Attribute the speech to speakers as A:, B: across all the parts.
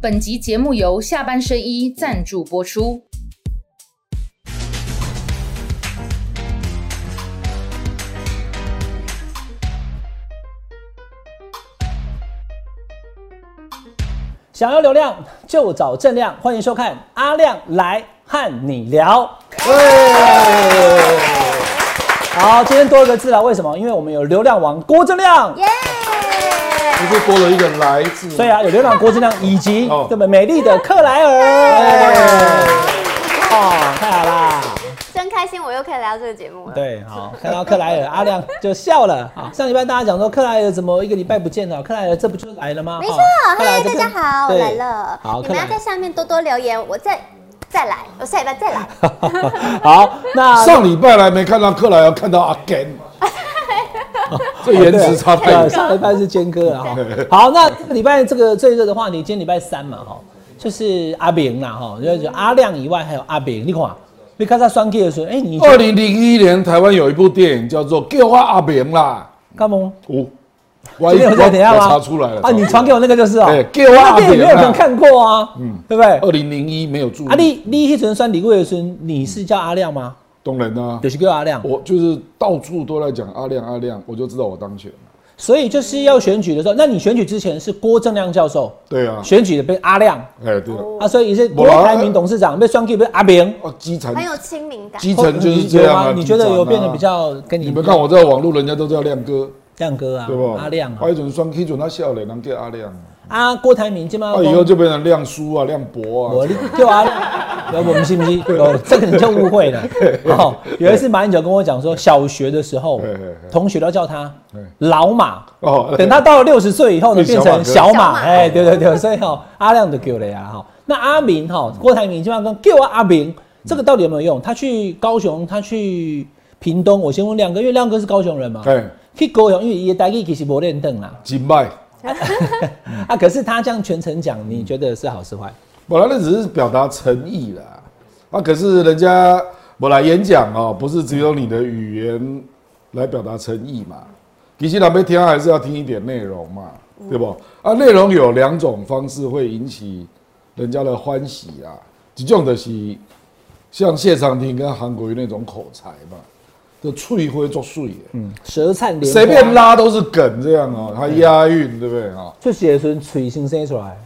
A: 本集节目由下半身衣赞助播出。
B: 想要流量就找正亮，欢迎收看阿亮来和你聊。
C: 哎
B: 好，今天多一个字了，为什么？因为我们有流量王郭正亮，
C: 不是多了一个来自，
B: 所以啊，有流量王郭正亮以及
C: 哦
B: 这么美丽的克莱尔。哦，太好啦！
D: 真开心，我又可以来到这个节目了。
B: 对，好，看到克莱尔，阿亮就笑了。啊，上礼拜大家讲说克莱尔怎么一个礼拜不见了，克莱尔这不就来了吗？
D: 没错
B: 哦，克莱
D: 嗨，
B: 尔这
D: 大
B: 不
D: 家好，我
B: 对
D: 来了
B: 好，。克
D: 你们
B: 莱
D: 要
B: 尔
D: 在下面多多留言，我再再来，我下礼拜再来。
B: 好， 那
C: 上礼拜来没看到克莱尔，看到阿 Gan，这颜值差太
B: 对，
C: 远。
B: 上礼拜是坚哥啊。好，那这个礼拜这个最热的话题，今天礼拜三嘛，哈，就是阿炳啦，哈，就是阿亮以外还有阿炳，你看，你看他双 K 的时候，哎、你
C: 二零零一年台湾有一部电影叫做《给我阿扁》啦，哦
B: 干嘛？
C: 五，我
B: 这边有在等一下
C: 哎我
B: 吗？
C: 查出来了
B: 啊，你传给我那个就是哦、
C: 对给我阿
B: 那电影没有
C: 炳
B: 人
C: 啊
B: 看过啊，嗯，对不对？
C: 二零零一没有注意，
B: 啊，你你一直算礼物的时候，你是叫阿亮吗？
C: 当然啦、
B: 有是叫阿亮，
C: 我就是到处都在讲阿亮阿亮，我就知道我当选了。
B: 所以就是要选举的时候，那你选举之前是郭正亮教授
C: 对啊，
B: 选举的被阿亮
C: 哎对了，
B: 啊，所以是
C: 没
B: 郭
C: 啦
B: 台铭董事长被双 K 被阿炳。
C: 哦基层
D: 很有亲民 感。
C: 基层就是这样啊。
B: 你觉得哦有
C: 基层啊
B: 变得比？较跟你
C: 你们看我在网络，人家都叫亮哥，
B: 亮哥啊
C: 对哎不？？
B: 阿亮啊
C: 还有一种双 K 准他笑脸，人叫阿亮。
B: 啊，郭台铭今嘛
C: 哎那以后就变成亮叔啊、亮伯
B: 我
C: 啊，
B: 就阿亮， 我们信不信？有这个你就误会 了。哦，有一次马英九跟我讲说，小学的时候
C: 对对对，
B: 同学都叫他
C: 对
B: 老马。
C: 哦
B: 等他到了六十岁以后呢，
C: 变
B: 变
C: 小
B: 成小
C: 马哥
D: 小
B: 马，
D: 马
B: 哎，对对对，所以哈，阿亮的给了呀哈。那阿明
C: 嗯
B: 哈，郭台铭基本上跟给我阿明，这个到底有没有用？他去高雄，他去屏东，我先问亮哥，因为亮哥是高雄人嘛，
C: 哎，
B: 去高雄，因为伊的台语其实无练凳啦，
C: 金麦。嗯
B: 啊，可是他这样全程讲，你觉得是好是坏？
C: 本来那只是表达诚意啦，啊，可是人家我来演讲哦，不是只有你的语言来表达诚意嘛。其实南北听还是要听一点内容嘛，
B: 嗯
C: 对不？啊，内容有两种方式会引起人家的欢喜啊，一种就是像谢长廷跟韩国瑜那种口才嘛，就脆灰作碎的，
B: 舌灿莲花
C: 随便，拉都是梗这样哦，他押韵，对不对啊？
B: 就写成嘴型生出来，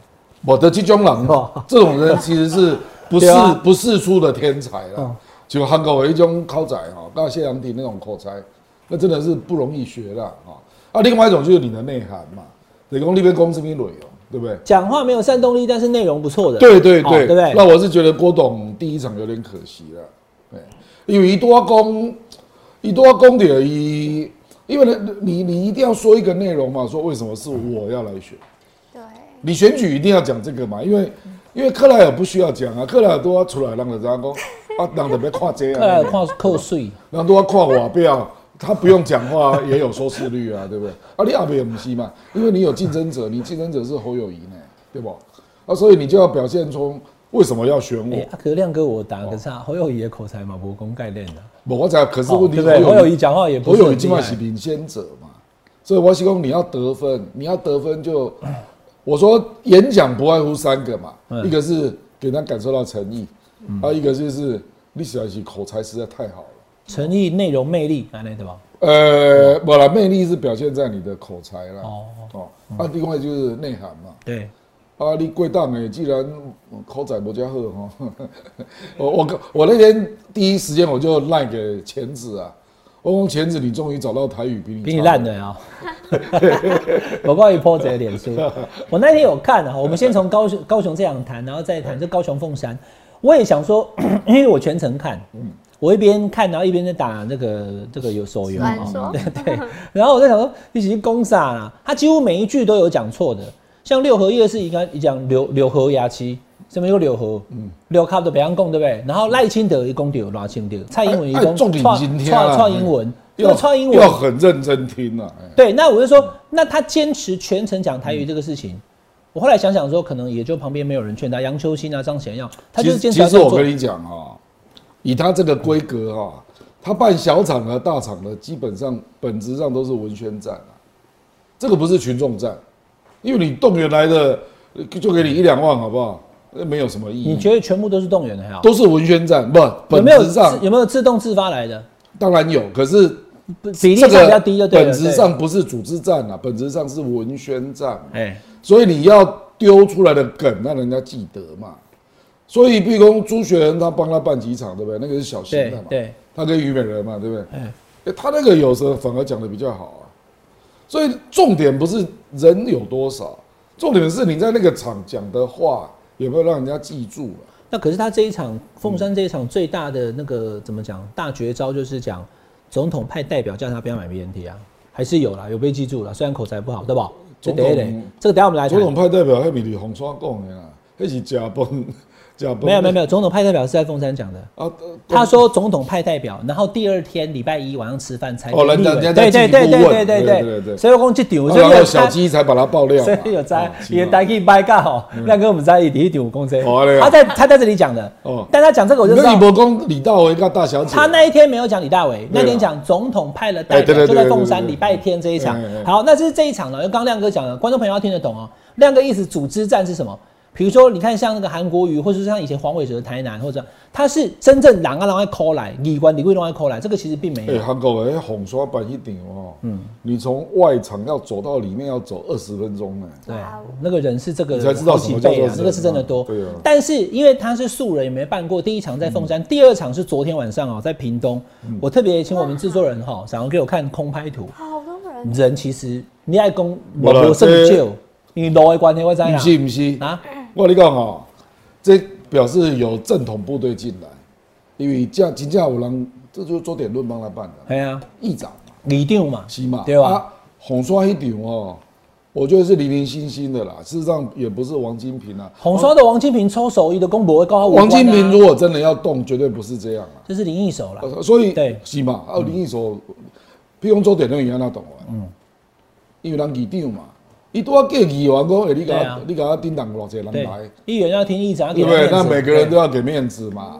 C: 我的这种人
B: 哦
C: 哦，这种人其实是不是
B: 对啊
C: 不世出的天才啦
B: 嗯。
C: 就韩国有一种口才哈，那谢阳鼎那种口才，那真的是不容易学啦哈。啊，另外一种就是你的内涵嘛，理工那边公司没内容，对不对？
B: 讲话没有煽动力，但是内容不错的，
C: 对对
B: 哦对
C: 对，
B: 不对？
C: 那我是觉得郭董第一场有点可惜了，对，因为一多攻，一多攻点一，因为呢你你一定要说一个内容嘛，说为什么是我要来选。
D: 对，
C: 你选举一定要讲这个嘛，因为因为克莱尔不需要讲啊，克莱尔都要出来让人家讲，啊，让人别跨 这样，
B: 呃，靠扣税，
C: 人都要跨瓦表，他不用讲话也有收视率啊，对不对？啊，你阿伯也不是嘛，因为你有竞争者，你竞争者是侯友谊呢，对不？啊，所以你就要表现出为什么要选
B: 哎、
C: 我
B: 啊，可是亮哥我打
C: 哦
B: 个岔，侯友谊的口才嘛，不公概念的，
C: 我，我在可是
B: 哦
C: 问题
B: 对不
C: 是
B: 对？侯
C: 侯
B: 友
C: 友
B: 谊
C: 谊，
B: 讲话也不
C: 侯
B: 是
C: 友谊
B: 很
C: 今
B: 厉
C: 晚是
B: 害，
C: 领先者嘛，所以我是讲你要得分，你要得分就，我说演讲不外乎三个嘛，
B: 嗯
C: 一个是给他感受到诚意，还有一个就是你实在是口才实在太好了。
B: 诚意、内容、魅力，啊，那对吧？
C: 呃，我啦，魅力是表现在你的口才啦，
B: 哦
C: 哦，啊，另外就是内涵嘛，
B: 对，
C: 啊，你贵档诶，既然口才不加好哈，我我我那天第一时间我就赖给钳子啊，我说钳子，你终于找到台语比你
B: 比你
C: 差
B: 烂的啊！我不好意思泼的脸书，我那天有看啊。我们先从高雄高雄这样谈，然后再谈这高雄凤山。我也想说， 因为我全程看，我一边看，然后一边在打那个这个有手游
D: 传
B: 啊
D: 说
B: 对对。然后我在想说，一起去攻啥啦？他几乎每一句都有讲错的，像六合夜市应该讲柳柳河牙期。什么叫六合？嗯，六卡的北洋共对不对？然后赖清德一共丢，赖清德，蔡英文一
C: 哎哎
B: 共
C: 重点今天啊
B: 蔡英文，
C: 要
B: 要蔡英文
C: 要很认真听啊，哎
B: 对，那我就说，那他坚持全程讲台语这个事情，我后来想想说，可能也就旁边没有人劝他，杨秋兴啊、张贤耀，他就是
C: 其
B: 坚
C: 实
B: 持要
C: 其实我
B: 做
C: 跟。你讲哈、以他这个规格哈、他办小场和大场的，基本上本质上都是文宣战啊，这个不是群众战，因为你动员来的就给你一两万好不好？那没有什么意义。
B: 你觉得全部都是动员的还好？
C: 都是文宣战，不，
B: 有
C: 本
B: 没有
C: 质
B: 自
C: 上
B: 有没有自动自发来的？
C: 当然有，可是
B: 不比例
C: 这
B: 上
C: 个
B: 比较低就对了。
C: 本质
B: 对
C: 上不是组织战啊，本质上是文宣战。啊
B: 哎，
C: 所以你要丢出来的梗让人家记得嘛。所以，毕恭朱学仁他帮他办几场，对不对？那个是小型的嘛，
B: 对对
C: 他跟虞美人嘛，对不对？
B: 哎
C: 诶他那个有时候反而讲的比较好啊。所以重点不是人有多少，重点是你在那个场讲的话有没有让人家记住啊
B: 那可是他这一场凤山这一场最大的那个怎么讲大绝招就是讲总统派代表叫他不要买 BNT 啊，还是有啦，有被记住了，虽然口才不好，对吧？这
C: 总统
B: 得得，这个等一下我们来
C: 左
B: 谈。
C: 统派代表还比李鸿双讲的啦，那是假崩 假崩。
B: 没有没有没有，总统派代表是在凤山讲的。
C: 有啊，
B: 他说总统派代表，然后第二天礼拜一晚上吃饭才
C: 哦人
B: 立
C: 家
B: 委
C: 人家
B: 对
C: 自
B: 对
C: 己
B: 对
C: 顾问
B: 对对
C: 对
B: 对
C: 对对
B: 所以我讲这场，所以
C: 然后
B: 有
C: 小鸡才把他爆料嘛，
B: 所以有在
C: 哦嗯
B: 也代替掰尬吼，亮哥我们在第一场公车
C: 哦这，个
B: 他在他在这里讲的
C: 哦，
B: 但他讲这个我就知
C: 那
B: 道
C: 李。伯公李大为跟大小姐，
B: 他那一天没有讲李大为，
C: 对啊
B: 那天讲总统派了代
C: 哎对
B: 表，
C: 对
B: 就在
C: 对对
B: 凤
C: 对
B: 山
C: 对
B: 礼拜天这一场
C: 哎哎哎。
B: 好，那这是这一场了，因为刚刚亮哥讲了，观众朋友要听得懂哦。亮哥意思，组织战是什么？比如说，你看像那个韩国瑜，或者是像以前黄伟哲的台南，或者他是真正狼啊狼爱 call 来，李官李贵龙爱 call 来，这个其实并没
C: 哎，
B: 有。
C: 韩国哎，红刷板一顶哦，嗯，你从外场要走到里面要走二十分钟呢，
B: 对
D: 哇哦，
B: 那个人是这个
C: 你才知道
B: 好
C: 什
B: 几
C: 么叫
B: 倍
C: 做
B: 啊，那个是真的多。
C: 人啊对嗯啊
B: 但是因为他是素人，也没办过。第一场在凤山，第二场是昨天晚上哦，在屏东。
C: 嗯
B: 我特别请我们制作人哈，想要给我看空拍图。
D: 好多人，
B: 人其实你爱讲
C: 没
B: 我
C: 啦
B: 无胜
C: 这
B: 救，因为路的关系我知
C: 不
B: 啦。
C: 是不是，
B: 啊，
C: 我跟你讲哦，这表示有正统部队进来，因为这样真正有人，这就是周典论帮他办的，
B: 哎呀，
C: 议长嘛
B: 里长嘛，
C: 是嘛，
B: 对吧？
C: 啊，红刷一顶哦，我觉得是零零星星的啦，事实上也不是王金平啊，
B: 红烧的王金平抽手艺的公博会告他无关啊
C: 王金平如果真的要动，绝对不是这样啊。
B: 这是林异手啦，
C: 呃所以
B: 对
C: 是嘛？啊，林毅所，譬如周典那安那懂啊，嗯，因为人议长嘛，伊拄啊过议员讲，诶，你
B: 对
C: 甲
B: 啊
C: 你甲我叮当偌济人
B: 对
C: 来，，
B: 议员要听议长，要给
C: 对不
B: 他面子
C: 对？那每个人都
B: 对
C: 要给面子嘛，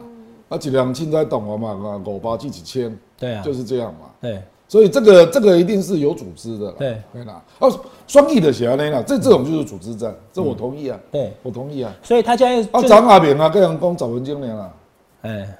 C: 啊，一两千在懂啊嘛，五八至一千，
B: 对啊
C: 就是这样嘛。
B: 对
C: 所以这个这个一定是有组织的啦，
B: 对
C: 对啦。啊，双翼的写安尼啦，这这种就是组织战，这我同意啊，
B: 嗯对，
C: 我同意啊。
B: 所以他现在就
C: 啊，
B: 是
C: 张阿扁啊，跟人讲找文经理 啦，
B: 哎，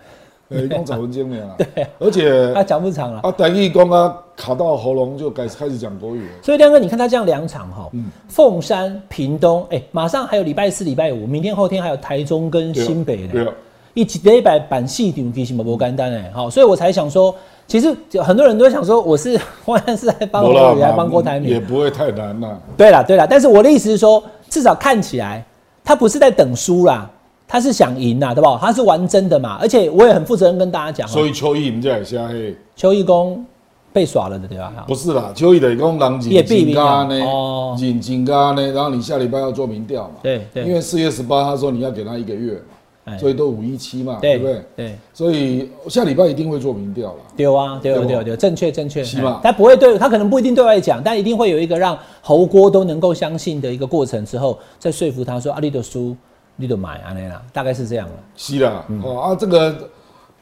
C: 呃，讲找文经理啦，而且
B: 他讲不长了。
C: 啊，台语讲啊，卡到喉咙就开开始讲国语了。
B: 所以亮哥，你看他这样两场哈，
C: 嗯
B: 凤山、屏东，哎，马上还有礼拜四、礼拜五，明天、后天还有台中跟新北呢。
C: 对啊，
B: 一几礼拜办戏场其实嘛不简单哎，好，所以我才想说，其实很多人都会想说，我是 我是在帮
C: 没
B: 我，也在
C: 啦
B: 帮郭台啊
C: 也
B: 铭，
C: 不会太难啦。
B: 对啦对啦，但是我的意思是说，至少看起来他不是在等输啦，他是想赢啦，对不好？他是玩真的嘛，而且我也很负责任跟大家讲哦，
C: 所以邱毅唔在下黑，
B: 邱义公被耍了的对吧？
C: 不是啦，邱毅等讲人
B: 也避
C: 紧紧
B: 免
C: 咖
B: 啊
C: 呢
B: 哦，
C: 紧紧咖呢，然后你下礼拜要做民调嘛，
B: 对对
C: 因为四月十八他说你要给他一个月嘛，
B: 哎
C: 所以都五一七嘛，对
B: 对
C: 不对？
B: 对。
C: 所以下礼拜一定会做民调啦。
B: 丢啊，丢
C: 对吧
B: 丢丢，正确正确哎
C: 是吧，
B: 他不会对，他可能不一定对外讲，但一定会有一个让侯郭都能够相信的一个过程之后，再说服他说啊，你的输，你的买，安尼啦，大概是这样了。
C: 是啦，
B: 嗯
C: 哦啊，这个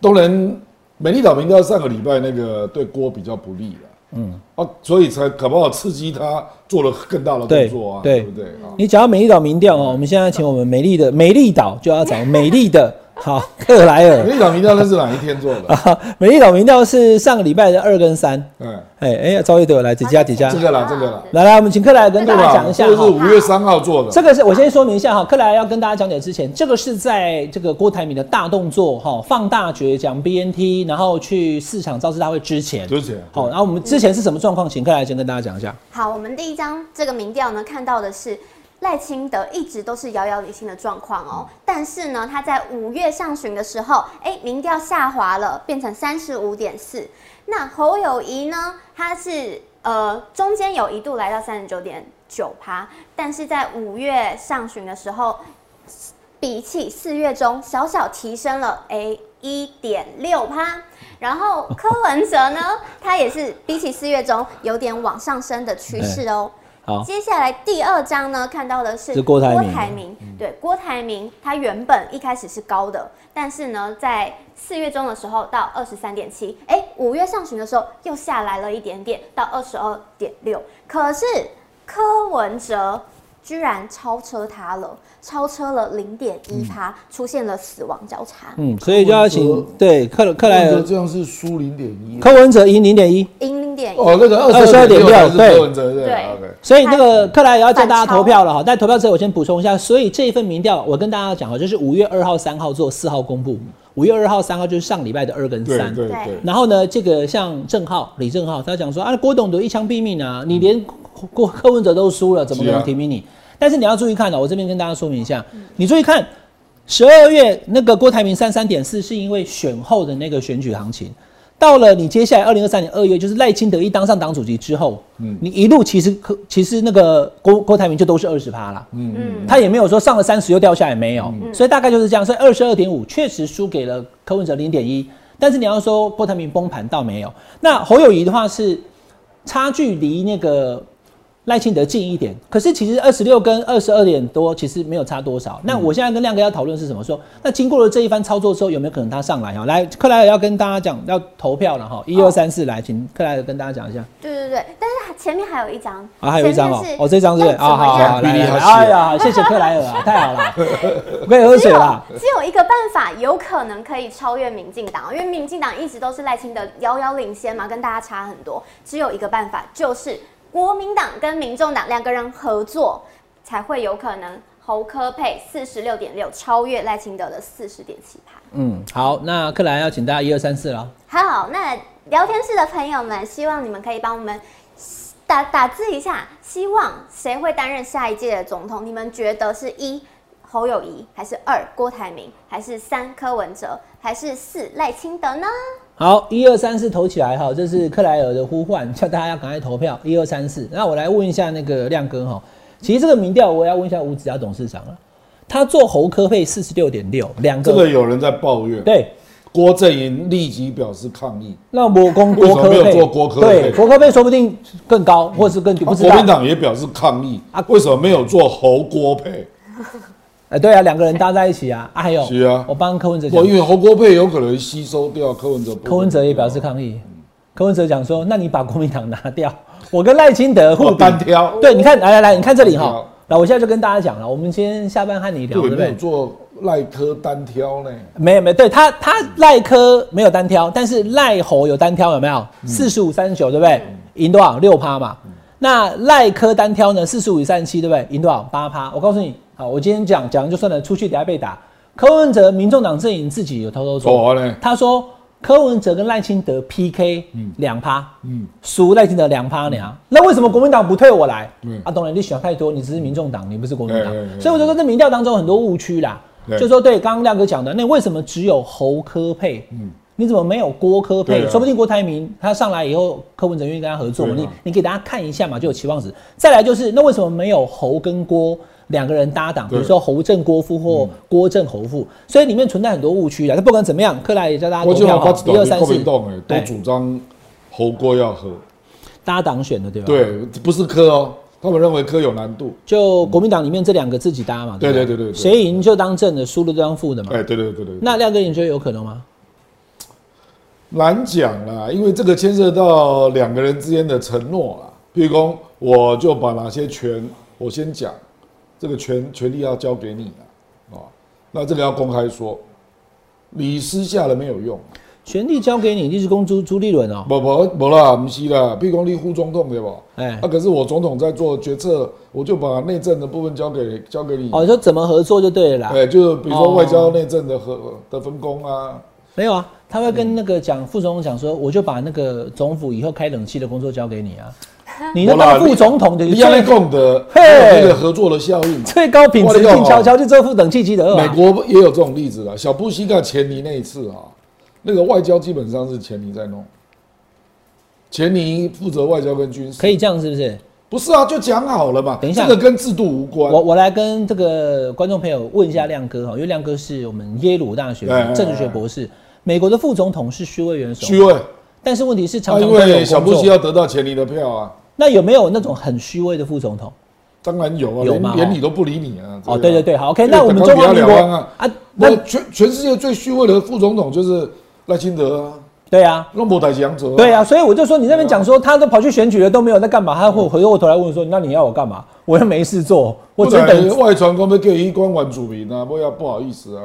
C: 东人美丽岛民调上个礼拜那个对郭比较不利了，嗯啊，所以才搞不好刺激他做了更大的动作啊，
B: 对
C: 对不对啊？
B: 你讲到美丽岛民调哦，我们现在请我们美丽的美丽岛就要找美丽 的好克莱
C: 美
B: 尔
C: 丽岛民调那是哪一天做的？
B: 啊，美丽岛民调是上个礼拜的二跟三，
C: 哎，
B: 哎哎，赵一德来，几家几家
C: 这，个啦，这个啦，
B: 来来，我们请克莱尔跟大
C: 对
B: 家
C: 吧？
B: 讲一下
C: 这个
B: 哈
C: 是。五月三号做的，
B: 这个是我先说明一下哈，克莱尔要跟大家讲解之前，这个是在这个郭台铭的大动作哈，放大决讲 BNT，然后去市场造势大会之前，
C: 之前
B: 好，然后我们之前是什么状况，请克莱尔先跟大家讲一下。
D: 好，我们第一张这个民调呢，看到的是赖清德一直都是遥遥领先的状况哦。
B: 嗯
D: 但是呢，他在五月上旬的时候，哎、民调下滑了，变成三十五点四。那侯友谊呢，他是呃中间有一度来到三十九点九趴，但是在五月上旬的时候，比起四月中小小提升了诶一点六趴。然后柯文哲呢，他也是比起四月中有点往上升的趋势哦。
B: 好，
D: 接下来第二章呢，看到的是
B: 是郭台铭嗯
D: 铭对，郭台铭他原本一开始是高的，但是呢，在四月中的时候到二十三点七，哎，五月上旬的时候又下来了一点点，到二十二点六。可是柯文哲居然超车他了，超车了零点一趴，出现了死亡交叉。
B: 嗯，所以就要
C: 柯文
B: 请
C: 哲
B: 对克克莱
C: 柯文
B: 尔
C: 哲这样是输零点一，
B: 柯文哲赢零点一，
D: 赢零点一，
C: 哦，那个二十二点
B: 22.6
C: 六是
B: 对
C: 柯文哲对
D: 对
C: OK
B: 所以那个克莱尔要叫大
D: 反
B: 家
D: 超
B: 投票了哈。但投票之前我先补充一下，所以这一份民调我跟大家讲哈，就是五月二号、三号做，四号公布。五月二号、三号就是上礼拜的二跟
C: 对
B: 三。
C: 对
D: 对
C: 对，
B: 然后呢，这个像郑浩、李正浩，他讲说啊，郭董都一枪毙命啊，你连郭柯文哲都输了，怎么可能
C: 嗯是啊
B: 提名你？但是你要注意看哦，我这边跟大家说明一下，你注意看，十二月那个郭台铭三三点四，是因为选后的那个选举行情。到了你接下来二零二三年二月，就是赖清德一当上党主席之后，嗯，你一路其实可其实那个郭郭台铭就都是二十趴啦，嗯嗯，他也没有说上了三十又掉下来没有，所以大概就是这样，所以二十二点五确实输给了柯文哲零点一，但是你要说郭台铭崩盘倒没有，那侯友谊的话是差距离那个赖清德近一点，可是其实二十六跟二十二点多其实没有差多少。那我现在跟亮哥要讨论是什么？说那经过了这一番操作之后，有没有可能他上来啊？来，克莱尔要跟大家讲要投票了哈，一二三四来，请克莱尔跟大家讲一下。
D: 对对对，但是前面还有一张
B: 啊，还有一张哦
D: 前面，是
B: 哦，这张是不是
D: 要怎么
B: 啊，好，
D: 样
B: 好，来，
C: 比例
B: 来
C: 好
B: 来
C: 细
B: 哎呀，谢谢克莱 尔啊，太好了，我可以喝
D: 只
B: 水
D: 有
B: 啦。
D: 只有一个办法，有可能可以超越民进党，因为民进党一直都是赖清德遥遥领先嘛，跟大家差很多。只有一个办法，就是国民党跟民众党两个人合作，才会有可能侯科配四十六点六超越赖清德的四十点七趴。
B: 嗯，好，那克莱尔要请大家一二三四了。
D: 好，那聊天室的朋友们，希望你们可以帮我们打打字一下，希望谁会担任下一届的总统？你们觉得是一侯友谊，还是二郭台铭，还是三柯文哲，还是四赖清德呢？
B: 好，一二三四投起来哈，这是克莱尔的呼唤，叫大家要赶快投票，一二三四。那我来问一下那个亮哥哈，其实这个民调我也要问一下吴子嘉董事长了，他做侯科费四十六点六，两
C: 这个
B: 个
C: 有人在抱怨，
B: 对，
C: 郭阵营立即表示抗议，
B: 那我公
C: 为什
B: 国
C: 么
B: 科
C: 没有
B: 费
C: 做国科费
B: 对，国科费说不定更高，或是更低，
C: 啊
B: 不知
C: 国民
B: 道。
C: 党也表示抗议
B: 啊，
C: 为什么没有做侯郭配？
B: 哎，对啊，两个人搭在一起啊，啊还有，
C: 是啊
B: 我帮柯文哲讲
C: 我，因为侯郭配有可能吸收掉柯文哲哦嗯部分，
B: 柯文哲也表示抗议，柯文哲讲说，那你把国民党拿掉，我跟赖清德互
C: 我
B: 比
C: 单挑，
B: 对，你看，来来来，你看这里哈
C: 好。
B: 来，我现在就跟大家讲了，我们今天下班和你聊，对
C: 对，
B: 不
C: 没有
B: 对？
C: 做赖科单挑呢，
B: 没有没有，对他他赖科没有单挑，但是赖猴有单挑，有没有？
C: 嗯
B: 四十五三十九，对不对？赢多少？六趴嘛。那赖科单挑呢？四十五三七，对不对？赢多少？八趴。我告诉你，好，我今天讲讲就算了，出去等下被打。柯文哲，民众党阵营自己有偷偷
C: 做
B: 做，
C: 完呢，
B: 他说柯文哲跟赖清德 PK 两趴，
C: 嗯，
B: 输赖清德两趴两，那为什么国民党不退我来
C: 嗯？
B: 啊，董然你想太多，你只是民众党，你不是国民党
C: 哎哎哎，
B: 所以我就说这民调当中有很多误区啦。
C: 对
B: 就说对，刚刚亮哥讲的，那为什么只有侯科配？你怎么没有郭科
C: 嗯对
B: 配？
C: 啊
B: 说不定郭台铭他上来以后，柯文哲愿意跟他合作嘛？
C: 对
B: 你
C: 啊
B: 你给大家看一下嘛，就有期望值。再来就是，那为什么没有侯跟郭两个人搭档？比
C: 对嗯
B: 如说侯正郭夫或郭正侯夫，所以里面存在很多误区啦。那不管怎么样，柯莱也教大家
C: 我
B: 投
C: 就
B: 票
C: 把
B: 哈，一二
C: 党
B: 三
C: 国
B: 四
C: 民党哎，都
B: 对
C: 主张侯郭要和，
B: 搭档选的对吧？
C: 对，不是科哦，他们认为科有难度，
B: 就国民党里面这两个自己搭嘛，
C: 对
B: 不
C: 对对对对
B: 谁赢就当正的，输了就当负的嘛。
C: 哎，对对对对，
B: 那亮哥，你觉得有可能吗？
C: 难讲啦，因为这个牵涉到两个人之间的承诺啦。譬如说，我就把哪些权我先讲，这个权权利要交给你啦，哦，那这个要公开说，你私下了没有用。
B: 权力交给你，律师公朱朱立伦哦，
C: 不不不啦，不是啦，譬如说你副总统对吧？
B: 哎
C: 啊，可是我总统在做决策，我就把内政的部分交给交给你。
B: 哦，你说怎么合作就对了啦。
C: 对，就是比如
B: 哦
C: 说外交内政的和、的分工啊，
B: 没有啊，他会跟那个讲副总统讲说，我就把那个总府以后开冷气的工作交给你 啊，你就当副总统的
C: 你要来
B: 最
C: 共的，
B: 嘿
C: 这个合作的效应嘛。
B: 最高品质，静悄悄就做副等气级的
C: 美
B: 啊。
C: 国也有这种例子啦，小布希干前尼那一次啊，那个外交基本上是前尼在弄，前尼负责外交跟军事，
B: 可以这样是不是？
C: 不是啊？就讲好了嘛，
B: 等一下
C: 这个跟制度无关。
B: 我我来跟这个观众朋友问一下亮哥哈，因为亮哥是我们耶鲁大学
C: 哎哎
B: 政治学博士，美国的副总统是虚位元首，
C: 虚伪，
B: 但是问题是常
C: 他
B: 常
C: 啊因
B: 都有
C: 为
B: 工
C: 小布希
B: 作。
C: 要得到前尼的票啊，
B: 那有没有那种很虚位的副总统？
C: 当然有啊，
B: 有嘛
C: 连
B: 哦
C: 连你都不理你啊。
B: 哦，对对对，好，OK，
C: 因为
B: 那我们中华民国
C: 刚刚比较两岸啊
B: 啊，那
C: 那全全世界最虚伪的副总统就是赖清德啊，
B: 对啊，
C: 那没代志样做。
B: 对啊，所以我就说你那边讲说他都跑去选举了都没有在干嘛，他会回过头来问我说，那你要我干嘛？我又没事做，我
C: 不
B: 只
C: 然
B: 等
C: 外传讲要叫伊管原住民啊，不要不好意思啊。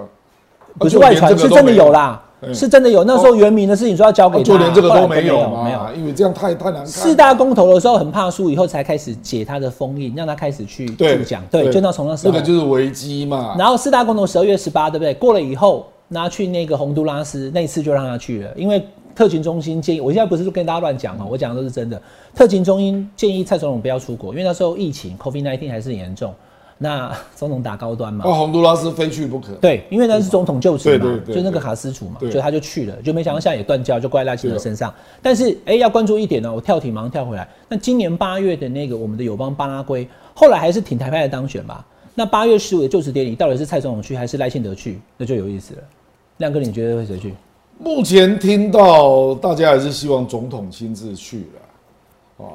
B: 不是
C: 啊就连
B: 外传
C: 这个
B: 是
C: 都
B: 真的
C: 没有
B: 有啦，
C: 嗯啊
B: 是真的有。那时候原民的事情说要交给
C: 就
B: 他，
C: 连这个
B: 后来
C: 都没有啊
B: 没有
C: 嘛，。因为这样太太难看。
B: 四大公投的时候很怕输，以后才开始解他的封印，让他开始去助讲。对，就那从那时
C: 这
B: 候
C: 个。就是危机嘛。
B: 然后四大公投十二月十八，对不对？过了以后，那去那个洪都拉斯那次就让他去了，因为特勤中心建议，我现在不是跟大家乱讲哦，我讲的都是真的。特勤中心建议蔡总统不要出国，因为那时候疫情 COVID-19 还是很严重，那总统打高端嘛
C: 那。啊洪都拉斯非去不可。
B: 对，因为那是总统就职嘛，
C: 对对对
B: 就那个卡斯楚嘛，
C: 对
B: 所以他就去了，就没想到现在也断交，就怪赖清德身上。但是哎、要关注一点哦、我跳题马上跳回来。那今年八月的那个我们的友邦巴拉圭，后来还是挺台派的当选嘛。那八月十五的就职典礼到底是蔡总统去还是赖清德去，那就有意思了。亮哥，你觉得会谁去？
C: 目前听到大家还是希望总统亲自去了，啊，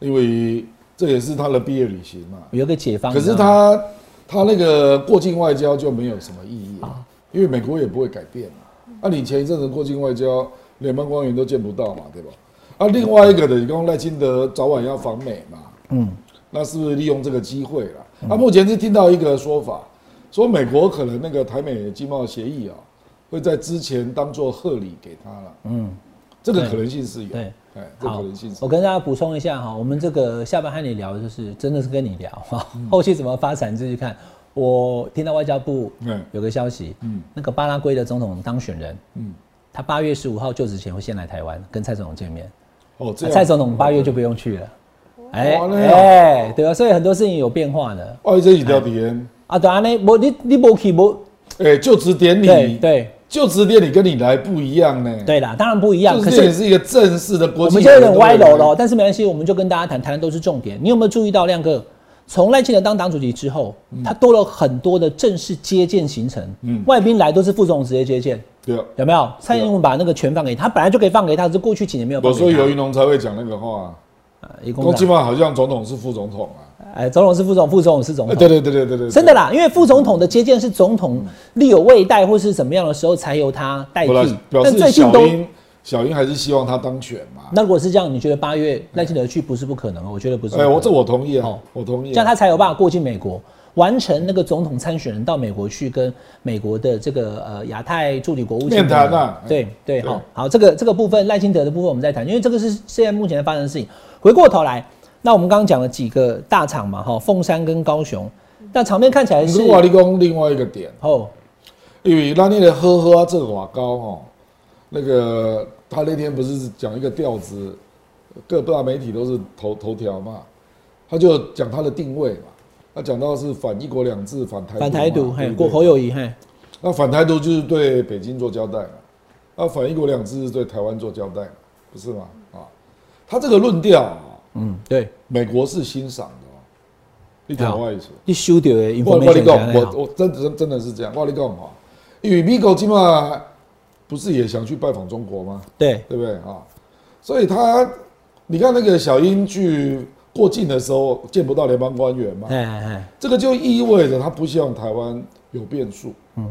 C: 因为这也是他的毕业旅行嘛。
B: 有一个解放，
C: 可是
B: 你知道吗
C: 他他那个过境外交就没有什么意义
B: 啊
C: 了，因为美国也不会改变嘛。啊，你前一阵子过境外交，联邦官员都见不到嘛，对吧？啊，另外一个的，你刚赖清德早晚要访美嘛，
B: 嗯，
C: 那是不是利用这个机会了？啊，目前是听到一个说法，说美国可能那个台美经贸协议啊、会在之前当做贺礼给他了。嗯，这个可能性是有，
B: 对
C: 哎，这可能性是有
B: 我跟大家补充一下哈，我们这个下班和你聊，就是真的是跟你聊哈，
C: 嗯
B: 后期怎么发展自己看。我听到外交部
C: 嗯
B: 有个消息，
C: 嗯
B: 那个巴拉圭的总统当选人，
C: 嗯，
B: 他八月十五号就职前会先来台湾跟蔡总统见面，
C: 哦，这
B: 那
C: 样
B: 蔡总统八月就不用去了，哎
C: 哇那样
B: 哎，对啊，所以很多事情有变化的
C: 哦，这几条点，
B: 啊，对啊，那我你你不去不
C: 哎，就职典
B: 对
C: 礼，
B: 对
C: 就职典礼跟你来不一样呢。，
B: 对啦，当然不一样，
C: 就
B: 可
C: 职典礼
B: 是
C: 是一个正式的国
B: 我
C: 际
B: 们
C: 活
B: 就有
C: 动，
B: 点歪楼了，哦但是没关系，我们就跟大家谈谈的都是重点。你有没有注意到亮哥？从赖清德当党主席之后，
C: 嗯
B: 他多了很多的正式接见行程，外宾来都是副总统直接接见，
C: 对嗯啊。
B: 有没有？蔡英文把那个权放给他，他本来就可以放给他，只是过去几年没有放
C: 我
B: 给他。
C: 说尤云龙才会讲那个话，
B: 啊一共
C: 公
B: 党
C: 基嘛好像总统是副总统啊。
B: 哎，总统是副总，副总统是总
C: 哎
B: 统。
C: 对嗯对对对对对，
B: 嗯真的啦，因为副总统的接见是总统力有未逮或是怎么样的时候才由他代
C: 我来
B: 替，
C: 表
B: 哎但
C: 示
B: 最近
C: 小
B: 都。
C: 英，小英还是希望他当选嘛。
B: 那如果是这样，你觉得八月赖清德去不是不可能？我觉得不是不可
C: 哎，
B: 能。
C: 我这我同意啊
B: 嗯哦，
C: 我同意啊。
B: 这样他才有办法过境美国，完成那个总统参选人到美国去跟美国的这个呃亚太助理国务卿
C: 面谈啊
B: 对对，
C: 对
B: 好好，这个这个部分赖清德的部分我们再谈，因为这个是现在目前发生的事情。回过头来，那我们刚刚讲了几个大厂嘛，哈，凤山跟高雄，但场面看起来是
C: 如果你讲另外一个点，
B: 哦，
C: 因为那天的呵呵啊，这个瓦高哦，那个他那天不是讲一个调子，各大媒体都是头头条嘛，他就讲他的定位嘛，他讲到是反一国两制、反台
B: 反台独，
C: 嘛
B: 嘿，
C: 对不
B: 过
C: 对
B: 侯友谊，嘿，
C: 那反台独就是对北京做交代嘛，那反一国两制是对台湾做交代嘛，不是吗？啊，他这个论调啊，
B: 嗯，对，
C: 美国是欣赏的哦，你台湾也是。
B: 你收到的
C: 我我
B: information
C: 跟你
B: 才
C: 讲，
B: 那
C: 我
B: 样
C: 我真真真的是这样，我跟你讲哈，因为美国起码不是也想去拜访中国吗？
B: 对
C: 对不对啊？所以他，你看那个小英去过境的时候见不到联邦官员嘛，
B: 哎哎哎，
C: 这个就意味着他不希望台湾有变数，嗯，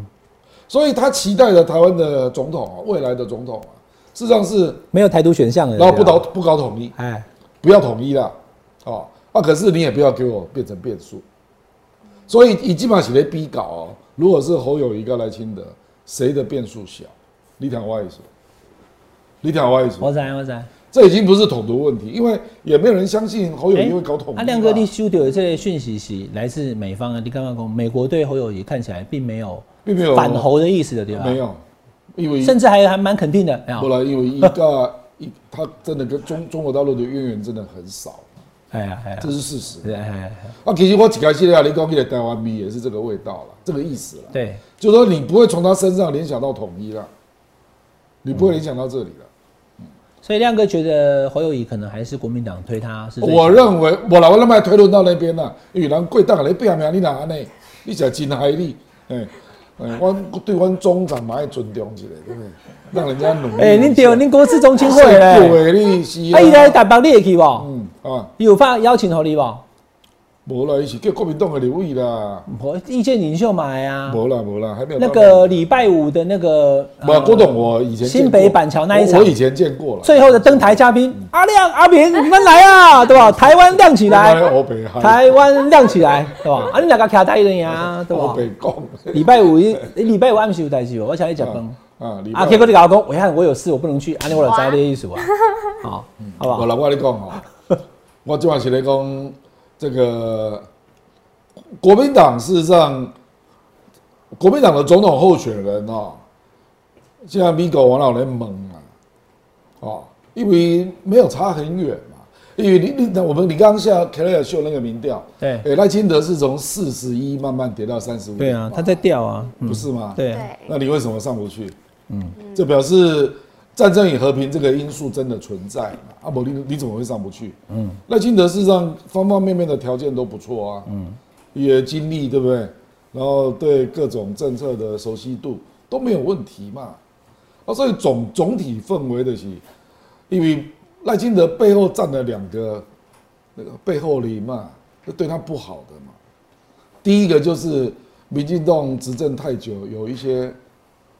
C: 所以他期待的台湾的总统啊，未来的总统啊，事实上是
B: 没有台独选项了，
C: 然后不
B: 对吧
C: 搞，不搞统一，
B: 哎，
C: 不要统一啦，哦，啊，可是你也不要给我变成变数。所以，以基本上是在逼搞哦。如果是侯友谊跟赖清德，谁的变数小？你讲我也是，你讲我也是，
B: 我知我知。
C: 这已经不是统独问题，因为也没有人相信侯友谊会搞统独。
B: 啊，亮哥，你收到的这个讯息是来自美方啊？你刚刚讲美国对侯友谊看起来并没有
C: 并没有
B: 反侯的意思的，对吧？
C: 没，有，因为
B: 甚至还还蛮肯定的。没
C: 后
B: 有，
C: 来因为一个一，他真的跟中中国大陆的渊源真的很少，
B: 哎呀哎呀
C: 这是事实。
B: 是，哎呀，哎呀
C: 啊，其实我几开始啊，你讲起来台湾米也是这个味道了，这个意思了。
B: 对，
C: 就说你不会从他身上联想到统一了，你不会联想到这里了。
B: 所以亮哥觉得侯友谊可能还是国民党推他嗯是最强的。
C: 我认为，我老我那么推论到那边了，因为人贵党来变名，你哪安尼？你才真害你，哎、哎、我对阮中长嘛要尊重一下，对不对？让人家努力一下。
B: 哎，您对，您国是中青会
C: 哎
B: 嘞，
C: 对，你是
B: 啊，伊来
C: 啊。
B: 台北你也去不？
C: 嗯啊，
B: 伊有发邀请给你不？
C: 无啦，伊是叫国民党的立委啦，
B: 我意见领袖买啊，
C: 无啦无啦，还没
B: 嗯
C: 有
B: 那
C: 到
B: 个礼拜五的那个呃
C: 不，郭董，我以前见
B: 新北
C: 过
B: 板桥那一
C: 我
B: 场
C: 我以前见过了。
B: 最后的登台嘉宾阿亮、阿明，你们来啊，对吧？台湾亮起
C: 我
B: 来
C: 妈，我北海，
B: 台湾亮起来，对 吧？啊，你两个卡在人呀，对
C: 我
B: 吧？
C: 哦北贡
B: 礼拜五一，你礼拜五暗时有代志哦，我想去食饭。
C: 啊，礼
B: 啊，
C: 拜
B: 结果你老公，我看我有事，我不能去，安尼我就知道你的意思啊，好，好不
C: 我
B: 好？
C: 来我跟你讲哦， 我今晚是来讲这个国民党，事实上，国民党的总统候选人哦，像米狗王老人猛啊，哦，因为没有差很远嘛，因为你你我们你刚刚下凯瑞尔秀那个民调，
B: 对
C: 诶赖清德是从四十一慢慢跌到三十五，
B: 对啊，他在掉啊，嗯
C: 不是吗？
B: 对啊，
D: 对，
C: 那你为什么上不去？嗯，这表示战争与和平这个因素真的存在嘛？啊，不，你你怎么会上不去？嗯，赖清德事实上方方面面的条件都不错啊，嗯，也经历对不对？然后对各种政策的熟悉度都没有问题嘛。啊，所以总总体氛围的是，因为赖清德背后站了两个那个背后里嘛，就对他不好的嘛。第一个就是民进党执政太久，有一些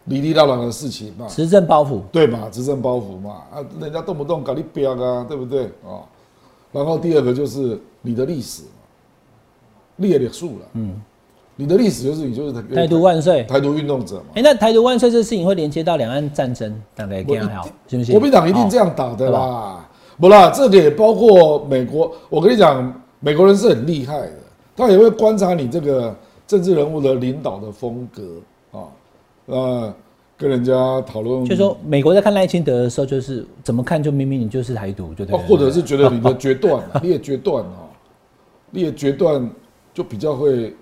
C: 哩哩啦啦的事情嘛，
B: 执政包袱，
C: 对嘛，执政包袱嘛，啊，人家动不动搞你标啊，对不对啊、哦然后第二个就是你的历史嘛，历也历数了，嗯，你的历史就是你就是
B: 台独万岁。
C: 台独运动者嘛，
B: 哎，那台独万岁这事情会连接到两岸战争，大概这样好，是不是？
C: 国民党一定这
B: 样，
C: 样打的啦，不啦，这个也包括美国，我跟你讲，美国人是很厉害的，他也会观察你这个政治人物的领导的风格啊，呃，跟人家讨论，
B: 哦就说美国在看赖清德的时候，就是怎么看就明明你就是台独，就对
C: 哦
B: 了。，
C: 或者是觉得你的决断、啊，你的决断哦，你的决断就比较会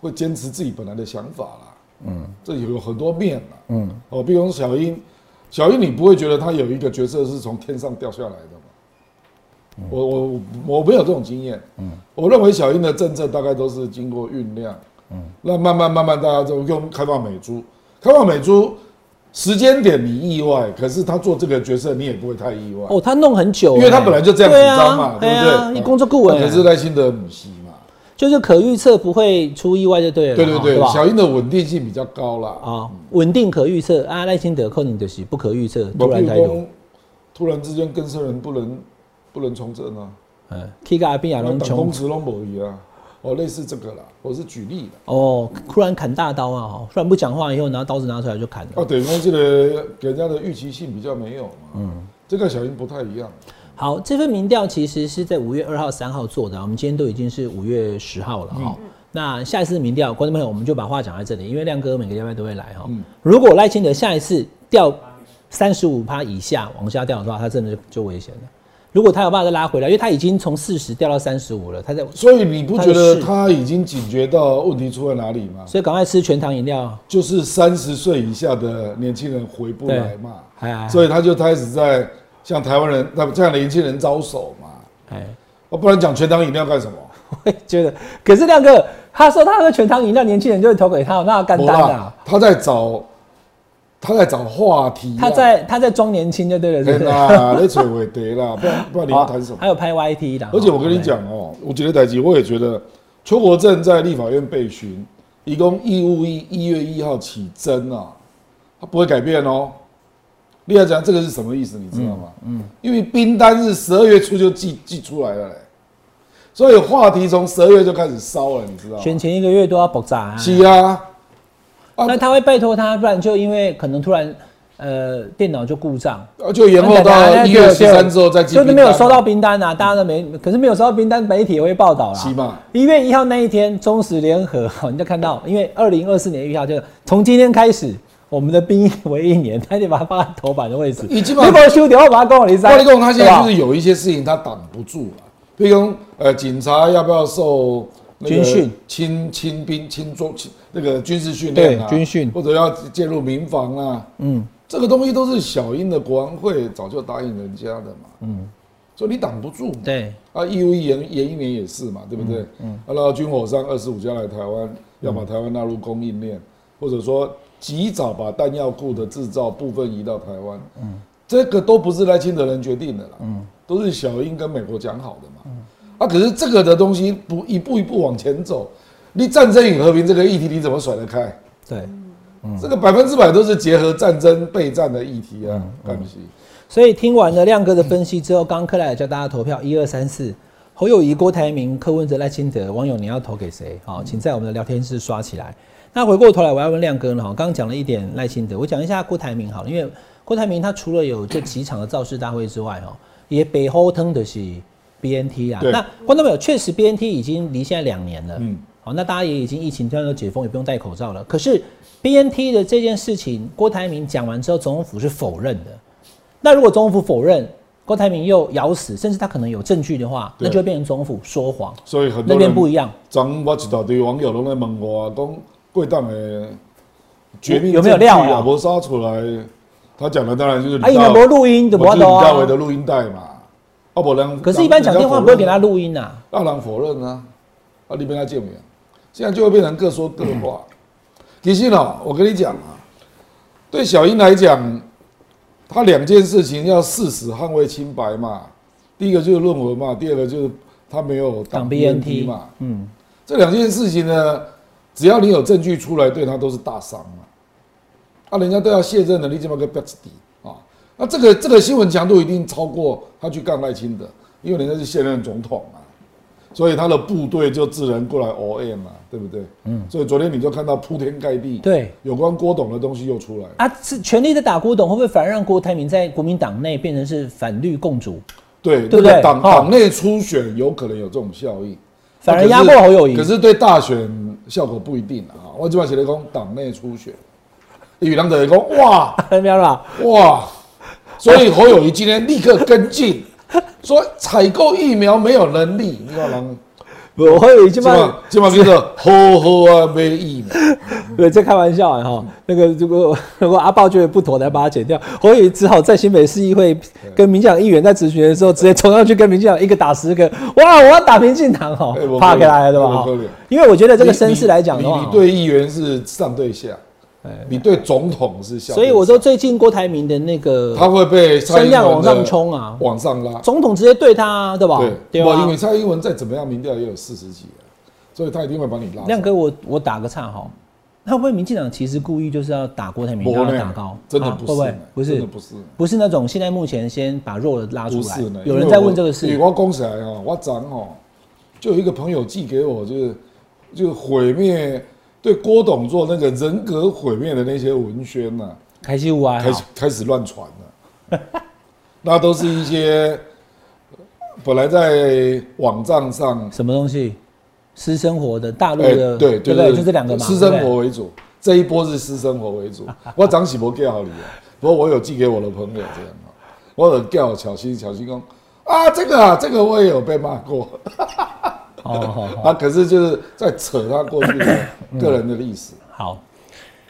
C: 会坚持自己本来的想法啦。嗯，这有很多面啦。嗯，哦，比如说小英，小英你不会觉得她有一个角色是从天上掉下来的嘛？我我我没有这种经验。嗯，我认为小英的政策大概都是经过酝酿。嗯，那慢慢慢慢大家就用开放美猪，开放美猪。时间点你意外，可是他做这个决策你也不会太意外。
B: 哦，他弄很久欸，
C: 因为他本来就这样主张嘛，
B: 对
C: 对
B: 啊
C: 不
B: 啊
C: 对？
B: 一工作顾问
C: 可是赖清德母系嘛，
B: 就是可预测，不会出意外就对了。啊
C: 对对对，
B: 吧
C: 小英的稳定性比较高啦。
B: 啊，稳定可预测啊，赖清德扣你的是不可预测，
C: 我
B: 突
C: 譬
B: 然
C: 如
B: 台独，
C: 说，突然之间跟生人不能不能从政啊，
B: 嗯，K 个阿宾亚
C: 那
B: 龙
C: 党工
B: 穷
C: 职都某一啊，哦，类似这个啦，我是举例的。
B: 哦，突然砍大刀啊，哦突然不讲话以后，拿刀子拿出来就砍
C: 啊，
B: 了。
C: 等于说这个给人家的预期性比较没有嘛，嗯，这个小英不太一样。
B: 好，这份民调其实是在五月二号、三号做的啊，我们今天都已经是五月十号了哈。那下一次民调，观众朋友，我们就把话讲在这里，因为亮哥每个礼拜都会来哈。如果赖清德下一次掉三十五趴以下往下掉的话，他真的就就危险了。如果他有办法再拉回来，因为他已经从四十掉到三十五了，他在
C: 所以你不觉
B: 他
C: 得
B: 是
C: 他已经警觉到问题出在哪里吗？
B: 所以赶快吃全糖饮料。
C: 就是三十岁以下的年轻人回不来嘛。
B: 哎
C: 所以他就开始在向台湾人、那这样的年轻人招手嘛。
B: 哎，
C: 我不然讲全当饮料干什么？
B: 我也觉得，可是亮哥他说他喝全糖饮料，年轻人就会投给他，那干
C: 没
B: 单
C: 啦
B: 啊！
C: 他在找他在找话题、啊。
B: 他在他在装年轻就对了，是
C: 天
B: 不是？
C: 啦，在找话题啦，不然不然你要谈什么？
B: 还有拍 YT 的，
C: 而且我跟你讲哦，我觉得台积我也觉得，邱国正在立法院被询，以供义务一一月一号起征啊，他不会改变哦。你要讲这个是什么意思，你知道吗？嗯，因为冰单是十二月初就寄寄出来了嘞，所以话题从十二月就开始烧了，你知
B: 对
C: 道吗？
B: 选前一个月都要爆炸啊。
C: 啊是啊，啊
B: 那他会拜托他，不然就因为可能突然呃电脑就故障，
C: 啊就延后到一月十三之后再寄
B: 就
C: 冰
B: 是
C: 单，
B: 没有收到冰单啊，大家都没，可是没有收到冰单，媒体也会报道啦。
C: 是嘛？
B: 一月一号那一天，中时联合，哦你就看到，因为二零二四年一号就从今天开始，我们的兵役为一年，他就把它放在头版的位置。
C: 已经把
B: 如果修掉，我把它跟我离
C: 暴
B: 三。
C: 力共他现
B: 对
C: 在
B: 吧
C: 就是有一些事情他挡不住了，譬如说呃，警察要不要受那个
B: 军训、
C: 亲亲兵、亲中、亲那个军事训练啊，
B: 对军训
C: 或者要介入民防啊，嗯，这个东西都是小英的国安会早就答应人家的嘛，嗯，所以你挡不住嘛，
B: 对，
C: 啊，义务役延延一年也是嘛，对不对？嗯，啊、然后军火商二十五家来台湾，要
B: 嗯
C: 把台湾纳入供应链，或者说及早把弹药库的制造部分移到台湾，嗯，这个都不是赖清德人决定的啦，嗯，都是小英跟美国讲好的嘛，啊，啊，可是这个的东西不一步一步往前走，你战争与和平这个议题你怎么甩得开？
B: 对，嗯
C: 这个百分之百都是结合战争备战的议题
B: 嗯
C: 啊，干不起。
B: 所以听完了亮哥的分析之后，刚刚克莱尔叫大家投票，一二三四，侯友谊、郭台铭、柯文哲、赖清德，网友你要投给谁？好，
C: 嗯
B: 请在我们的聊天室刷起来。那回过头来，我要问亮哥呢，哈，刚刚讲了一点赖清德，我讲一下郭台铭好了，因为郭台铭他除了有这几场的造势大会之外，哈，也北欧腾的是 BNT 啊。
C: 对
B: 那观众朋友，确实 BNT 已经离现在两年了，
C: 嗯
B: 嗯，好，那大家也已经疫情这样都解封，也不用戴口罩了。可是 BNT 的这件事情，郭台铭讲完之后，总统府是否认的。那如果总统府否认，郭台铭又咬死，甚至他可能有证据的话，
C: 对
B: 那就会变成总统府说谎，
C: 所以很
B: 那
C: 多
B: 边
C: 人
B: 不一样。
C: 张我一大堆网友都在问我啊，讲贵党的绝命
B: 有有没有料啊
C: 证据啊？没杀出来，他讲的当然就是
B: 啊，
C: 李
B: 你
C: 大
B: 们不录音就不要
C: 我就是
B: 抖
C: 李大为
B: 啊
C: 的。录音带嘛。啊，不然
B: 可是，一般讲电话不会给他录音呐、
C: 让啊人否认啊，啊，你被他见面，现在就会变成各说各话。其实呢，我跟你讲啊，对小英来讲，他两件事情要誓死捍卫清白嘛，第一个就是论文嘛，第二个就是他没有
B: 挡
C: 挡
B: BNT
C: BNT 嘛。
B: 嗯，
C: 这两件事情呢，只要你有证据出来，对他都是大伤嘛。啊，人家都要卸任了，你怎么个不要底啊？那这个这个新闻强度一定超过他去干赖清德，因为人家是现任总统嘛，所以他的部队就自然过来 O M 嘛，对不对？嗯。所以昨天你就看到铺天盖地，
B: 对
C: 有关郭董的东西又出来了。
B: 啊，是全力的打郭董，会不会反而让郭台铭在国民党内变成是反绿共主，
C: 对，
B: 对不
C: 那个
B: 对
C: 党
B: 哦
C: 党内初选有可能有这种效应，
B: 反而
C: 那
B: 压
C: 啊可是
B: 迫侯友谊
C: 可？是对大选效果不一定啊。我基本上写了讲党内初选，与人者讲哇
B: 没有啦，
C: 哇，所以侯友谊今天立刻跟进，说采购疫苗没有能力，你看人
B: 我侯友谊基
C: 基
B: 本
C: 本
B: 上
C: 上基本上就是吼吼啊没疫苗，
B: 对，在开玩笑啊哈、那个如果 如果阿豹觉得不妥的，把它剪掉。侯友宜只好在新北市议会跟民进党议员在质询的时候，直接冲上去跟民进党一个打十个，哇，我要打民进党哦
C: 哎我，
B: 怕给来了对吧？
C: 我
B: 哈
C: 可怜
B: 因为我觉得 这个身世来讲
C: 你
B: 的
C: 你
B: 话，哎
C: 你对议员是上对下，你对总统是下对上，
B: 所以我说最近郭台铭的那个
C: 他会被蔡
B: 声
C: 英文的
B: 量往上冲啊
C: 往上拉。
B: 总统直接对他啊，对吧？
C: 对，
B: 吧
C: 哇因为蔡英文再怎么样民调也有四十几啊，所以他一定会把你拉上。
B: 亮哥，我我打个岔哈，那会不会民进党其实故意就是要打郭台铭，
C: 没
B: 让
C: 呢，
B: 他打高？
C: 真的
B: 啊
C: 不
B: 会不
C: 是呢
B: 会？不是
C: 真的不是呢，
B: 不是那种现在目前先把弱的拉出
C: 不
B: 来
C: 是呢。。
B: 有
C: 因
B: 人
C: 为
B: 在
C: 我
B: 问这个事
C: 对，我讲起来哦，我长哦，就有一个朋友寄给我，就是就是毁灭对郭董做那个人格毁灭的那些文宣呐、
B: 开西五啊，
C: 开始开始乱传了， 那都是一些本来在网站上
B: 什么东西？私生活的大陆
C: 哎，
B: 的，
C: 对
B: 对
C: 对
B: 不对？就这两个嘛。
C: 私
B: 对
C: 生
B: 不对
C: 活为主，这一波是私生活 为主。我张喜博 get 好你啊，不过我有寄给我的朋友这样啊，我有 get 巧心巧心讲啊，这个啊，这个我也有被骂过
B: 哦，好好
C: 啊，可是就是在扯他过去的
B: 嗯
C: 个人的历史。
B: 好。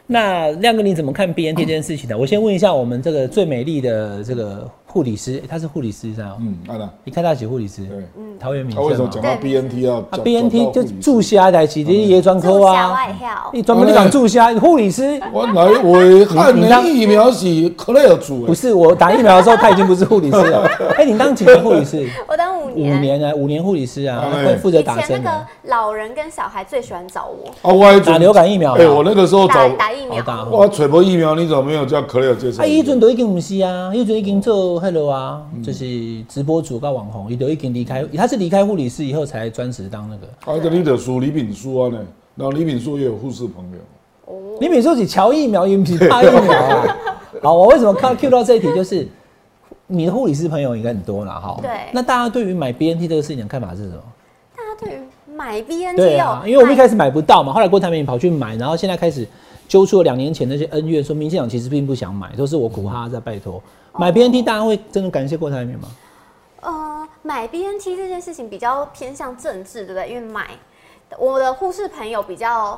B: 那亮哥，你怎么看 BNT 这件事情呢？我先问一下我们这个最美丽的这个护理师，诶她是护理师是吧？
C: 嗯，安娜，
B: 你看大几护理师？
C: 对，
B: 桃园民
C: 他为什么
B: 生
C: 讲
B: 嘛。
C: 到
D: 对
C: BNT 要
B: 啊
C: 讲
B: ，BNT 就住？
C: 讲到护理师
B: 下台，其实也专科
D: 住下
B: 啊
D: 外校，
B: 你专门就讲住下
C: 哎
B: 护理师，
C: 我来，我看
B: 你你当
C: 你疫苗是克莱尔组
B: 不
C: 的，
B: 是我打疫苗的时候，他已经不是护理师 了。哎，你当几年护理师？
D: 我等五
B: 五
D: 年。
B: 年啊，五年护理师啊，
C: 哎
B: 会负责
D: 以
B: 打
D: 前那
B: 针
D: 个
B: 的，
D: 老人跟小孩最喜欢找我
C: 啊，我还
B: 打流感疫苗啊。
C: 哎，我那个时候
D: 打
C: 找
D: 打疫
B: 好，
D: 苗
B: 大
C: 我揣波疫苗，你怎么没有叫克莱尔介绍？
B: 啊，伊阵都已经唔是啊，伊阵已经做 hello 啊，就是直播主跟网红，伊都已经离开，他是离开护理师以后才专职当那个。
C: 啊，这里的书李炳书啊呢，然后李炳书也有护士朋友，
B: 你每说起乔疫苗，伊不是怕疫苗啊。好，我为什么看 Q 到这一题，就是你的护理师朋友应该很多啦，哈。
D: 对
B: 那大家对于买 BNT 这个事情的看法是什么？
D: 大家对于买 BNT
B: 对
D: 哦
B: 啊，，因为我们一开
D: 始
B: 始买不到嘛，后来郭台铭跑去买，然后现在开始揪出了两年前那些恩怨，说民进党其实并不想买，都是我苦哈哈在拜托。买 BNT，大家会真的感谢郭台铭吗？
D: 呃买 BNT 这件事情比较偏向政治，对不对？因为买我的护士朋友比较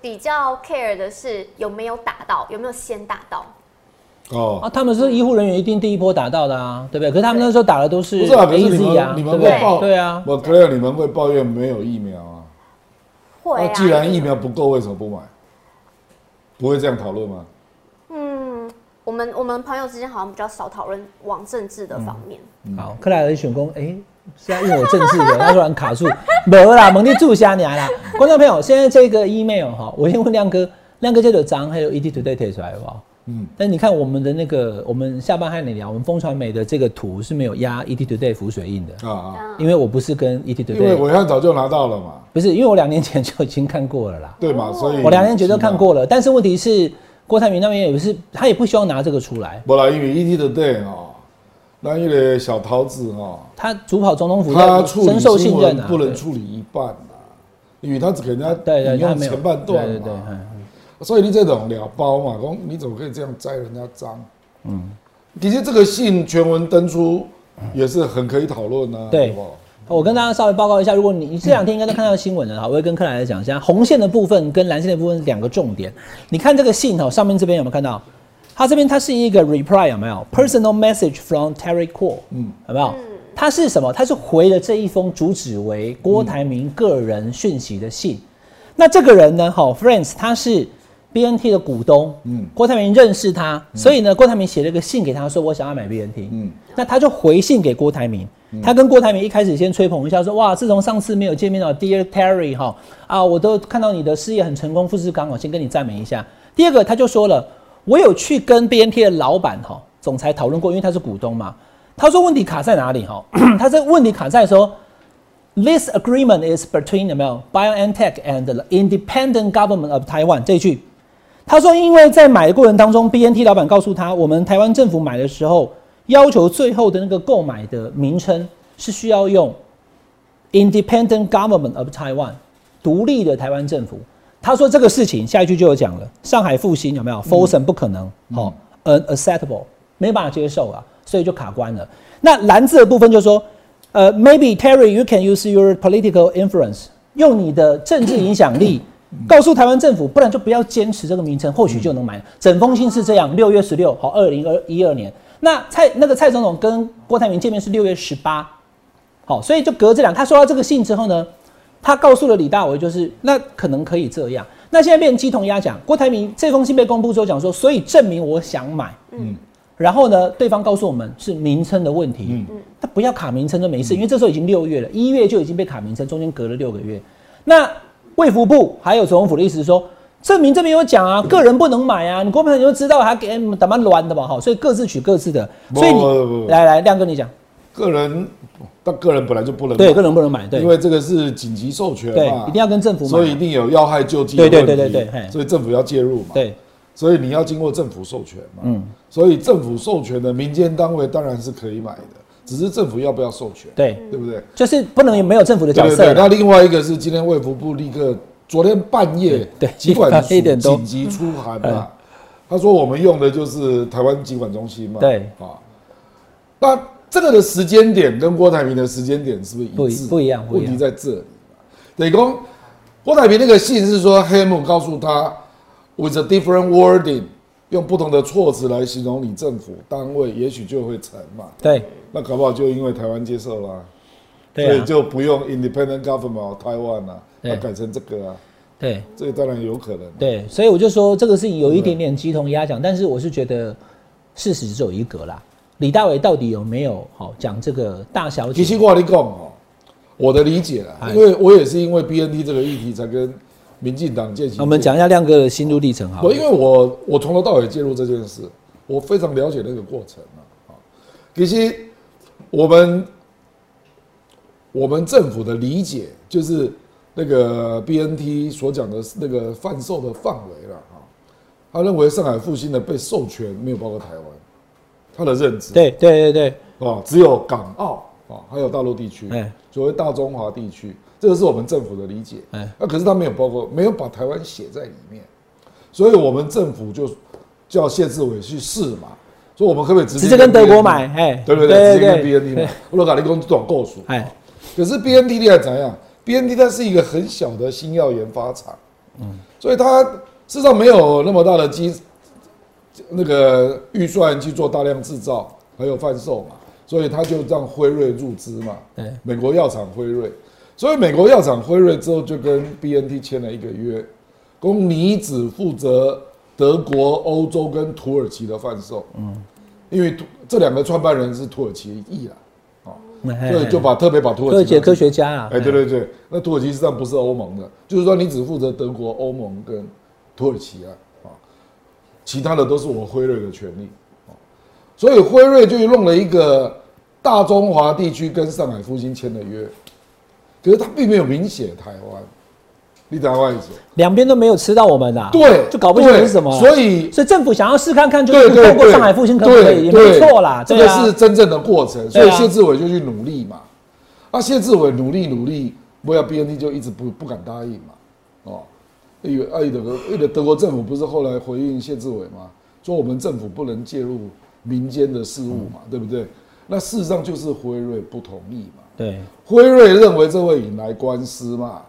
D: 比较 care 的是有没有打到，有没有先打到。
C: 哦，
B: 啊，他们是医护人员一定第一波打到的啊，对不对？可是他们那时候打的都是
C: 不是啊，可
B: A
C: 是你
B: Z 啊，
C: 们你
B: 对
C: 们
B: 不
C: 会
B: 对？
C: 抱
B: 对啊，
C: 我 Claire 你们会抱怨没有疫苗啊？
D: 会
C: 那
D: 啊，
C: 哦既然疫苗不够，为什么不买？不会这样讨论吗？
D: 嗯，我
C: 嗯
D: 们我们朋友之间好像比较少讨论往政治的方面。
B: 好，克莱尔选工，哎、是在问我政治的，他突然卡住， 没啦，蒙地住下你啊啦。观众朋友，现在这个 email 哈，我先问亮哥，亮哥这个章还有 ED Today 贴出来好不好？嗯，但你看我们的那个，我们下班和你聊，我们风传媒的这个图是没有压 ET Today 浮水印的，
C: 啊啊，
D: 嗯
B: 因为我不是跟 ET
C: 因为
B: Today，
C: 伟汉早就拿到了嘛，
B: 不是，因为我两年前就已经看过了啦，
C: 对
D: 哦
C: 嘛，所以
B: 我两年前就看过
C: 了。
B: 了，但是问题是郭台铭那边也不是，他也不希望拿这个出来，
C: 不啦，因为 ET 的 day 哦，那一个小桃子哦，
B: 他主跑总统府
C: 他
B: 要
C: 处理
B: 深受
C: 新
B: 信
C: 闻
B: 任啊，
C: 不能
B: 对
C: 处理一半啊，因为他只给人家
B: 对对，
C: 引
B: 他
C: 用
B: 没有
C: 前半段
B: 对对对，
C: 嘛，
B: 嗯
C: 所以你这种聊包嘛，讲你怎么可以这样栽人家赃？嗯，其实这个信全文登出也是很可以讨论啊，
B: 对
C: 好不好
B: 我跟大家稍微报告一下，如果你你这两天应该都看到新闻了哈，我会跟克莱尔讲一下红线的部分跟蓝线的部分是两个重点。你看这个信哈，上面这边有没有看到？它这边它是一个 reply 有没有？Personal
C: 嗯
B: message from Terry Cole，嗯，有没有？它是什么？它是回了这一封主旨
C: 嗯
B: 为郭台铭个人讯息的信。那这个人呢，哈，Friends，他是 BNT 的股东，嗯，郭台铭认识他，所以呢，郭台铭写了个信给他说，我想要买 BNT，嗯，那他就回信给郭台铭，他跟郭台铭一开始先吹捧一下说，哇，自从上次没有见面哦，Dear Terry 哈，啊，我都看到你的事业很成功，富士康哦，先跟你赞美一下。第二个，他就说了，我有去跟 BNT 的老板哈，总裁讨论过，因为他是股东嘛，他说问题卡在哪里哈， 他这问题卡在说。This agreement is between 有没有 BioNTech and the independent government of Taiwan 这一句，他说因为在买的过程当中，BNT 老板告诉他，我们台湾政府买的时候要求最后的那个购买的名称是需要用 independent government of Taiwan 独立的台湾政府。他说这个事情下一句就有讲了，上海复兴有没有 f o r s o n 不可能，好、unacceptable 呃没办法接受啊，所以就卡关了。那蓝字的部分就说，呃，maybe Terry you can use your political influence，用你的政治影响力。告诉台湾政府，不然就不要坚持这个名称，或许就能买。整封信是这样，六月十六，好，二零二一二年。那蔡那个蔡总统跟郭台铭见面是六月十八，好，所以就隔这两，他收到这个信之后呢，他告诉了李大为，就是那可能可以这样。那现在变成鸡同鸭讲，郭台铭这封信被公布之后讲说，所以证明我想买，嗯，然后呢，对方告诉我们是名称的问题，嗯，那不要卡名称就没事，因为这时候已经六月了，一月就已经被卡名称，中间隔了六个月。那卫福部还有总统府的意思是说。证明这边有讲啊，个人不能买啊，你郭台铭就知道还给怎么乱的嘛，哈，所以各自取各自的。所以
C: 不不不
B: 你
C: 不
B: 来来亮哥你讲，
C: 个人，但个人本来就不能
B: 对，
C: 买
B: 个人不能买，对，
C: 因为这个是紧急授权
B: 对
C: 嘛，，
B: 一定要跟政府买，
C: 所以一定有要害救济的问题，
B: 对对对对对嘿
C: 所以政府要介入嘛，，
B: 对
C: 所以你要经过政府授权嘛，嗯，所以政府授权的民间单位当然是可以买的，只是政府要不要授权，
B: 对，
C: 对不对？
B: 就是不能有没有政府的
C: 对
B: 角
C: 对
B: 色
C: 对。那
B: 啦，
C: 另外一个是今天卫福部立刻昨天半夜，
B: 嗯对对
C: 疾管署
B: 一点多嗯
C: 紧急出函嘛，他说我们用的就是台湾疾管中心嘛，
B: 对
C: 啊，那这个的时间点跟郭台铭的时间点是不是
B: 不
C: 一
B: 一
C: 致？
B: 不一样不一
C: 问
B: 样
C: 题在这里嘛。等于说郭台铭那个信是说黑姆告诉他，with a different wording，用不同的措辞来形容你政府单位，也许就会成嘛。
B: 对
C: 那搞不好就因为台湾接受啦、所
B: 对
C: 以
B: 啊，
C: 就不用 independent government of Taiwan 啊，
B: 对
C: 要改成这个啊，
B: 对
C: 这个当然有可能。
B: 对，所以我就说这个事情有一点点鸡同鸭讲，但是我是觉得事实只有一个啦。李大伟到底有没有好讲这个大小
C: 其实
B: 姐？
C: 我跟你讲哦，我的理解啦，
B: 哎
C: 因为我也是因为 BNT 这个议题才跟民进党建行。
B: 我们讲一下亮哥的心路历程好
C: 我
B: 了
C: 因。为我我从头到尾介入这件事，我非常了解那个过程啊。啊其实我们我们政府的理解就是那个 BNT 所讲的那个贩售的范围了啊，他认为上海复兴的被授权没有包括台湾，他的认知
B: 对对对对，
C: 啊，只有港澳啊，还有大陆地区
B: 哎，
C: 所谓大中华地区，这个是我们政府的理解。
B: 哎
C: 那可是他没有包括，没有把台湾写在里面，所以我们政府就叫谢志伟去试嘛，所以我们可不可以直接
B: 直接跟德国买
C: BNT
B: 哎
C: 对对
B: 对
C: 对，直接
B: 对
C: 跟 BNT 买
B: 对，
C: 我都搞了一公总构数。
B: 哎，
C: 可是 BNT 厉害怎样？BNT 它是一个很小的新药研发厂，嗯所以它事实上没有那么大的基那个预算去做大量制造还有贩售嘛，所以它就让辉瑞入资嘛，
B: 对
C: 美国药厂辉瑞，所以美国药厂辉瑞之后就跟 BNT 签了一个约，供你只负责德国、欧洲跟土耳其的贩售，嗯，因为土这两个创办人是土耳其裔啦，哦，
B: 哎
C: 所以就把特别把土
B: 土
C: 耳
B: 耳
C: 其
B: 其的
C: 拿进
B: 科
C: 去
B: 学家啊，
C: 哎，对对对，那土耳其实际上不是欧盟的，就是说你只负责德国、欧盟跟土耳其啊，啊，其他的都是我辉瑞的权利。啊所以辉瑞就弄了一个大中华地区跟上海复兴签的约，可是他并没有明写台湾，你台湾意思？
B: 两边都没有吃到我们的、啊，
C: 对
B: 就搞不清楚
C: 对
B: 是什么。啊
C: 所以
B: 所以政府想要试看看，就
C: 对
B: 是 透
C: 对对，
B: 过上海复兴可不可以，
C: 对
B: 也
C: 对
B: 没错啦。
C: 这
B: 对
C: 个
B: 啊
C: 是真正的过程，所
B: 对
C: 以
B: 啊
C: 谢志伟就去努力嘛。那谢志伟努力努力，不要 BNT 就一直不不敢答应嘛，哦，因为哎德国，因为德国政府不是后来回应谢志伟嘛，说我们政府不能介入民间的事务
B: 嗯
C: 嘛，对不对？那事实上就是辉瑞不同意嘛。
B: 对
C: 辉瑞认为这会引来官司嘛，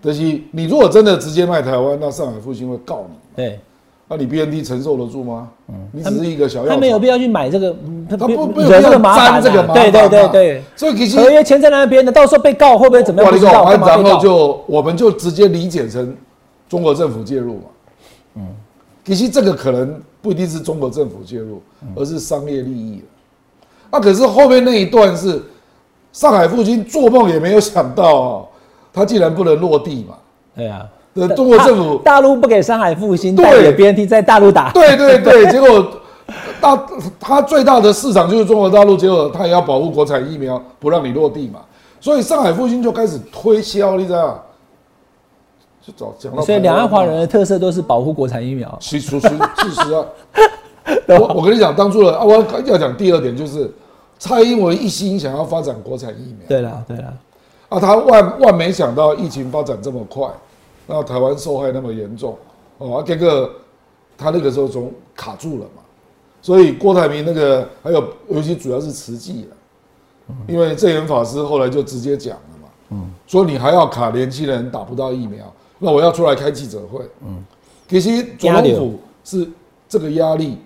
C: 但是你如果真的直接卖台湾，那上海复兴会告你。
B: 对，
C: 那你 BNT 承受得住吗？你只是一个小药
B: 他
C: 厂
B: 没有必要去买这个，嗯
C: 他不不有
B: 惹这
C: 必要
B: 个麻烦啊、
C: 沾这个麻烦、
B: 对
C: 啊，
B: 对对对。
C: 所以其实
B: 合约签在那边的，到时候被告会不会怎么样？
C: 我
B: 不
C: 跟你
B: 知
C: 说
B: 道，
C: 完
B: 干嘛
C: 然
B: 被
C: 后
B: 告？
C: 就我们就直接理解成中国政府介入嘛。嗯，其实这个可能不一定是中国政府介入，而是商业利益那、啊可是后面那一段是上海复兴做梦也没有想到哦，他竟然不能落地嘛。
B: 对啊，
C: 呃，中国政府
B: 大大陆不给上海复兴
C: 对
B: 代理 BNT 在大陆 打，
C: 对对对，结果大它最大的市场就是中国大陆，结果它也要保护国产疫苗，不让你落地嘛。所以上海复兴就开始推销，你知道吗？就找讲到
B: 所以两岸
C: 台湾
B: 华
C: 嘛
B: 人的特色都是保护国产疫苗。
C: 其实事实啊，我我跟你讲，当初的啊，我要要讲第二点就是，蔡英文一心想要发展国产疫苗
B: 对啦，对啦，
C: 啊，他万万没想到疫情发展这么快，那台湾受害那么严重哦，啊，这个他那个时候总卡住了嘛，所以郭台铭那个还有尤其主要是慈济了，因为证严法师后来就直接讲了嘛，嗯，说你还要卡年轻人打不到疫苗，那我要出来开记者会，嗯，其实总
B: 压力
C: 统
B: 哦
C: 府是这个压力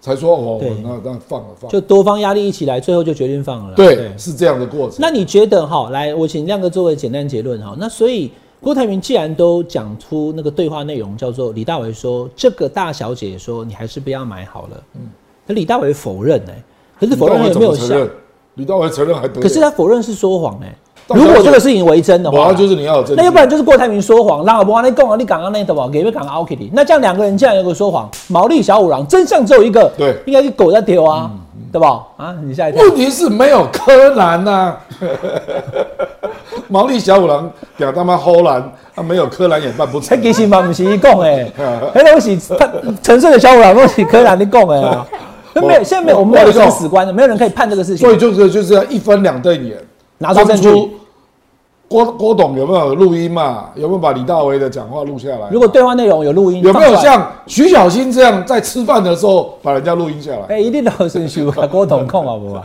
C: 才说哦
B: 对，
C: 那那放了放了，
B: 就多方压力一起来，最后就决定放了啦。
C: 对，是这样的过程。
B: 那你觉得哈？来，我请亮哥做个简单结论哈。那所以郭台铭既然都讲出那个对话内容，叫做李大为说这个大小姐说你还是不要买好了，嗯，可李大为否认哎、可是
C: 李
B: 否
C: 大
B: 认
C: 为
B: 有
C: 怎
B: 没有
C: 么承
B: 效啊
C: 认？？李大为承认还得了？
B: 可是他否认是说谎哎、
C: 大小姐
B: 如果这个事情为真的
C: 我
B: 话
C: 要，就是你要有证据，
B: 那要不然就是郭台铭说谎，让我不那讲啊，你讲啊那什么，给不讲 o k 那这样两个人竟然有个说谎，毛利小五郎真相只有一个，
C: 对嗯
B: 应该是狗在丢啊，对吧？啊，你下一跳。
C: 问题是没有柯南呐、 毛利小五郎屌他妈齁蓝，啊没有柯南也办不
B: 这
C: 成。
B: 其实嘛，不是伊讲 的，迄拢是他沉睡的小五郎，拢是柯南你讲的 啊。那没有，现在没有，我们没有生死观的，没有人可以判这个事情
C: 所。以就是就是要一分两瞪眼，
B: 拿出证据
C: 当初。郭郭董有没有录音嘛？有没有把李大为的讲话录下来？
B: 如果对话内容有录音，
C: 有没有
B: 放出来？
C: 像徐小新这样在吃饭的时候把人家录音下来？
B: 哎，一定都有顺序啊，郭董控好不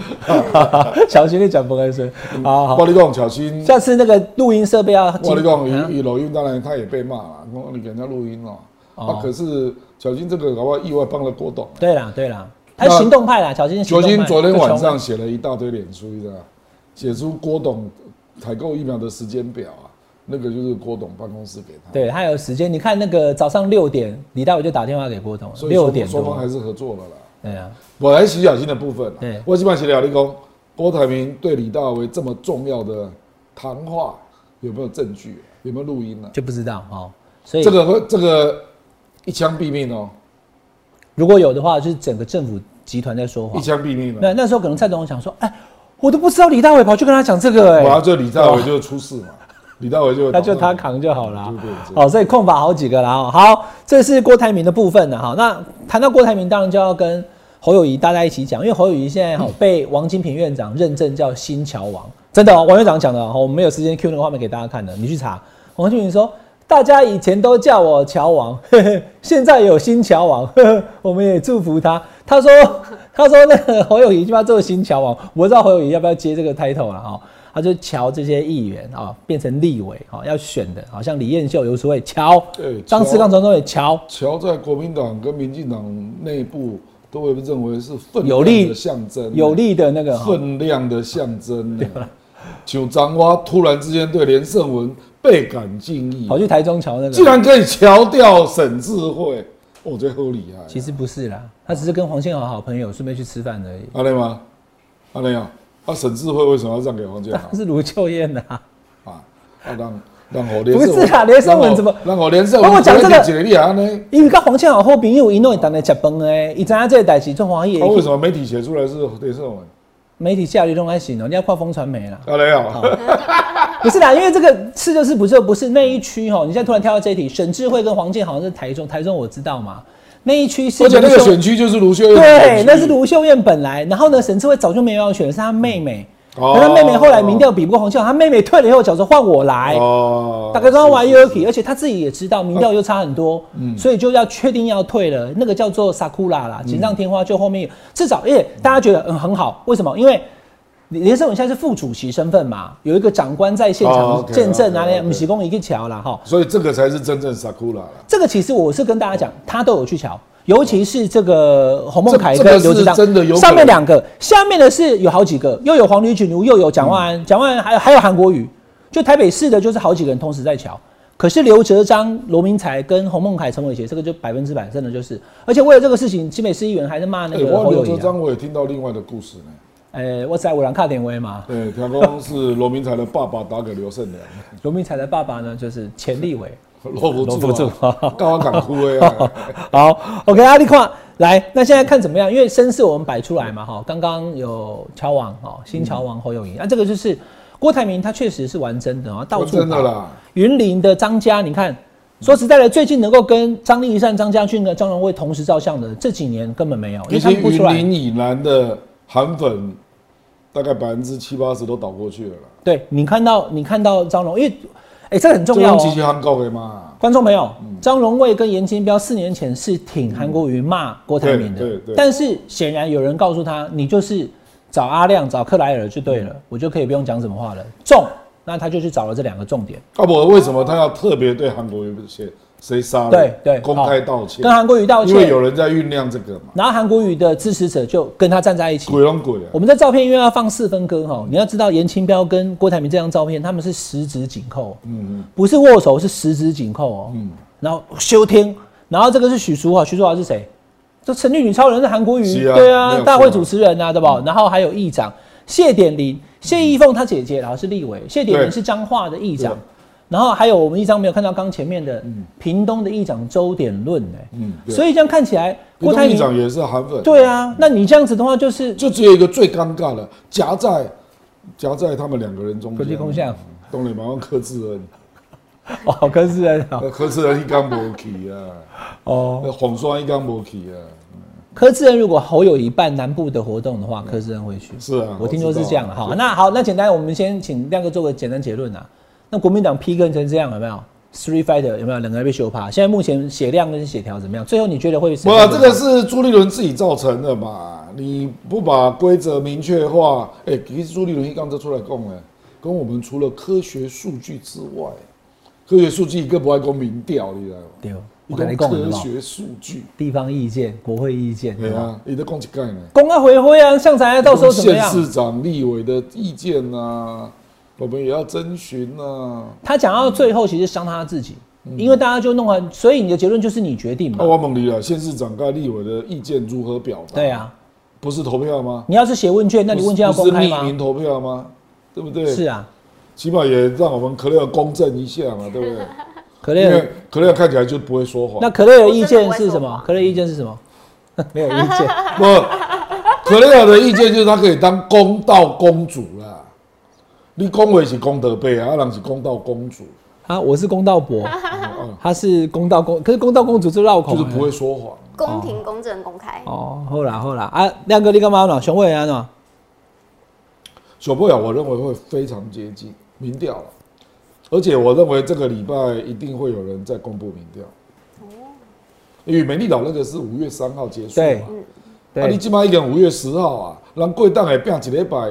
B: 好？小心你讲不跟说， 好好
C: 我
B: 好。
C: 跟你讲，小新，
B: 下次那个录音设备要
C: 我跟
B: 进
C: 你讲，以以录音当然他也被骂了，我你给人家录音了、
B: 哦
C: 啊，可是小新这个搞不好意外帮了郭董。
B: 对啦，对啦，他是行动派啦，小心行
C: 球
B: 动
C: 星
B: 派。
C: 昨天晚上
B: 就
C: 写了一大堆脸书，你知道吗写出郭董采购疫苗的时间表啊，那个就是郭董办公室给
B: 穷，
C: 他。
B: 对他有时间。你看那个早上六点，李大伟就打电话给郭董了，
C: 所以
B: 六点
C: 双方
B: 多
C: 还。是合作了啦。
B: 对啊，
C: 我来徐小新的部分、啊，
B: 对
C: 我基本上写了立功，郭台铭对李大为这么重要的谈话有没有证据？有没有录音呢、啊
B: 就不知道哦。所以
C: 这个会这个一枪毙命哦、
B: 如果有的话，就是整个政府集团在说
C: 一
B: 谎。
C: 枪毙命了、
B: 那那时候可能蔡总统想说，哎，我都不知道李大伟跑去跟他讲这个、
C: 我要
B: 哎，
C: 这李大为就出事嘛，李大为就
B: 那就他扛就好了啊
C: 对对。对
B: 哦，所以控法好几个啦。哦好，这是郭台铭的部分了啊哈。那谈到郭台铭，当然就要跟侯友谊大家一起讲，因为侯友谊现在 哈被王金平院长认证叫新桥王，真的、哦，王院长讲的哦，我们没有时间 Q 那个画面给大家看的，你去查。王金平说。大家以前都叫我乔王， 呵呵现在有新乔王 呵呵，我们也祝福他。他说，他说那个侯友谊就要做新乔王，我不知道侯友谊要不要接这个 title 了哈、哦。他就乔这些议员啊、哦，变成立委啊、哦，要选的，好、像李彦秀、游淑慧乔
C: 对，
B: 张
C: 乔
B: 思刚总统也乔，
C: 乔在国民党跟民进党内部都会认为是分
B: 有利
C: 量的象征，
B: 有利的那个哈、
C: 分量的象征呢。九张蛙突然之间对连胜文倍感敬意
B: 哦跑，去台中乔那
C: 竟
B: 个，
C: 然可以乔掉沈智慧，我觉得好厉害。啊
B: 其实不是啦，他只是跟黄信豪好朋友顺便去吃饭而已。
C: 阿雷吗？阿雷啊，啊，沈智慧为什么要让给黄建豪
B: 但是卢秀燕呐、啊。
C: 啊？啊，让让侯连
B: 不是啊连胜文
C: 让侯
B: 怎么
C: 让侯连胜
B: 帮我讲这个
C: 几个例啊？呢？
B: 因为跟黄庆豪好朋友，伊拢会同来食饭诶，伊知影这个代志做欢喜
C: 他啊哦为什
B: 的。
C: 么媒体写出来是连胜文？
B: 媒体效率拢爱行哦，你要看风传媒啦。
C: 啊，没有，
B: 不是啦，因为这个是就是不是不是那一区哦哈，你现在突然跳到这一题，沈智慧跟黄健好像是台中，台中我知道嘛，那一区是
C: 而且那个
B: 卢秀
C: 选区就是卢秀燕的选
B: 对
C: 区，
B: 那是卢秀燕本来，然后呢，沈智慧早就没有要选，是她妹妹，
C: 哦
B: 可她妹妹后来民调比不过黄健好，她妹妹退了以后，讲说换我来，
C: 哦
B: 大概刚刚玩 Yuki，而且他自己也知道民调又差很多，所以就要确定要退了。那个叫做 Sakura
C: 嗯
B: 啦，锦上添花，就后面有至少，因为大家觉得嗯很好，为什么？因为李连胜文现在是副主席身份嘛，有一个长官在现
C: 哦
B: 场
C: ，OK，
B: 见证啊，
C: OK，OK
B: 那不是公一个桥啦哈。
C: 所以这个才是真正 Sakura 啦。
B: 这个其实我是跟大家讲，他都有去瞧，尤其是这个洪孟凯
C: 这这个
B: 跟
C: 是
B: 刘志章，
C: 真的有可能
B: 上面两个，下面的是有好几个，又有黄旅锦奴，又有蒋万安，蒋、万安还有还有韩国瑜，就台北市的就是好几个人同时在瞧。可是刘哲章、罗明才跟洪孟凯、陈伟杰，这个就百分之百真的就是，而且为了这个事情，新北市议员还是骂那
C: 哎，
B: 个
C: 我
B: 侯友
C: 刘
B: 宜、
C: 哲
B: 啊。
C: 章我也听到另外的故事呢。
B: 哎、我在五郎卡典威嘛，
C: 对，条公是罗明才的爸爸打给刘胜良，
B: 罗明才的爸爸呢就是钱立伟。
C: 罗福
B: 罗福
C: 柱
B: 柱
C: 啊，刚刚港哭啊。
B: 好，OK，阿力跨来，那现在看怎么样？因为绅士我们摆出来嘛，哈，刚刚有乔王哈，新乔王侯友谊，那、这个就是郭台铭，他确实是玩真的啊， 到处跑
C: 真的啦。
B: 云林的张家，你看，说实在的，最近能够跟张立善、张家俊跟张荣惠同时照相的，这几年根本没有，因
C: 其
B: 为
C: 实
B: 他们不出
C: 云
B: 来。
C: 林以南的韩粉，大概百分之七八十都倒过去了啦。
B: 对你看到你看到张荣，因为哎、这个很重要
C: 这种其
B: 哦。
C: 实韩国的嘛，
B: 观众朋友，
C: 嗯
B: 张荣卫跟严金标四年前是挺韩国瑜骂郭台铭的，
C: 对对对
B: 但是显然有人告诉他，你就是找阿亮、找克莱尔就对了，
C: 嗯
B: 我就可以不用讲什么话了。中，那他就去找了这两个重点，
C: 啊不，为什么他要特别对韩国有些谁杀人
B: 对对，
C: 公
B: 好
C: 开道歉
B: 跟？韩国瑜道
C: 因为有
B: 歉，
C: 人在酝酿这个嘛，
B: 然后韩国瑜的支持者就跟他站在一起。
C: 鬼龙鬼啊
B: 我！们在照片因为要放四分割哈，你要知道严清标跟郭台铭这张照片，他们是十指紧扣，嗯不是握手，是十指紧扣哦，
C: 嗯
B: 然后休听，然后这个是许淑华，许淑华是谁？这神女女超人是韩国瑜，
C: 是啊嗯
B: 对
C: 没有
B: 啊，
C: 错
B: 大会主持人啊，对吧？然后还有议长谢点
C: 嗯
B: 玲、谢依凤她姐姐，然后是立委，谢点
C: 对
B: 玲是彰化的议
C: 对
B: 长。然后还有我们一张没有看到刚前面的屏东的议长周点论哎、
C: 嗯对
B: 所以这样看起来
C: 郭
B: 郭
C: 台
B: 台
C: 铭
B: 铭
C: 长也是韩粉，
B: 对啊，那你这样子的话就是
C: 就只有一个最尴尬的夹在夹在他们两个人中
B: 国际
C: 间，
B: 空巷
C: 东磊马上柯志恩，呃
B: 哦，可是人好
C: 那柯志恩一竿无去啊，
B: 哦，
C: 那黄双一竿无去啊，
B: 柯志恩如果侯友谊办南部的活动的话，柯志恩会去。
C: 是啊
B: 我听说是这样
C: 我
B: 的
C: 知道
B: 哈。那好，那简单，我们先请亮哥做个简单结论啊。那国民党 P 跟成这样有没有？Three Fighter 有没有？两个人被修趴。现在目前血量跟血条怎么样？最后你觉得会是？
C: 不啊，这个是朱立伦自己造成的嘛？你不把规则明确化，哎、其实朱立伦一刚才出来讲了，跟我们除了科学数据之外，科学数据更不爱讲民调，你知道吗？
B: 对，哦
C: 你
B: 我跟你讲
C: 科
B: 了嘛，
C: 学数据，
B: 地方意见、国会意见，
C: 对
B: 对吧？
C: 啊，你在讲一概呢？
B: 公安回灰啊，像咱到时候怎么
C: 县
B: 样？
C: 市长、立委的意见啊，我们也要征询啊。
B: 他讲到最后，其实伤他自己，因为大家就弄完，所以你的结论就是你决定
C: 那
B: 嘛。
C: 嗯啊哦我问你了，县市长跟立委的意见如何表达？
B: 对，啊，
C: 不是投票吗？
B: 你要是写问卷，那你问卷要
C: 不
B: 公
C: 是
B: 开
C: 匿名
B: 吗？
C: 投票吗？对不对？
B: 是啊，
C: 起码也让我们可乐公正一下嘛，对不对？
B: 可
C: 因
B: 乐
C: 为。可乐看起来就不会说谎。
B: 啊那可乐的意见
D: 我真
B: 是什
D: 的不会说
B: 么
D: 谎？
B: 可乐的意见是什么？ 没有意见，
C: 不，可乐的意见就是他可以当公道公主啦。你恭维是功德杯啊，啊人是公道公主，
B: 啊，我是公道伯，
C: 嗯
B: 他是公道公，可是公道公主是绕口
C: 就
B: 欸，
C: 是不会说谎。
D: 公平、公正、公开。
B: 哦。后来后来啊，亮哥你干嘛呢？熊伟安哦呢？
C: 小波雅，我认为会非常接近民调了，而且我认为这个礼拜一定会有人在公布民调。因为美丽岛那个是五月三号结束
B: 对
C: 嘛，啊，
B: 对，
C: 你起码一点五月十号啊，让贵档也变几礼拜，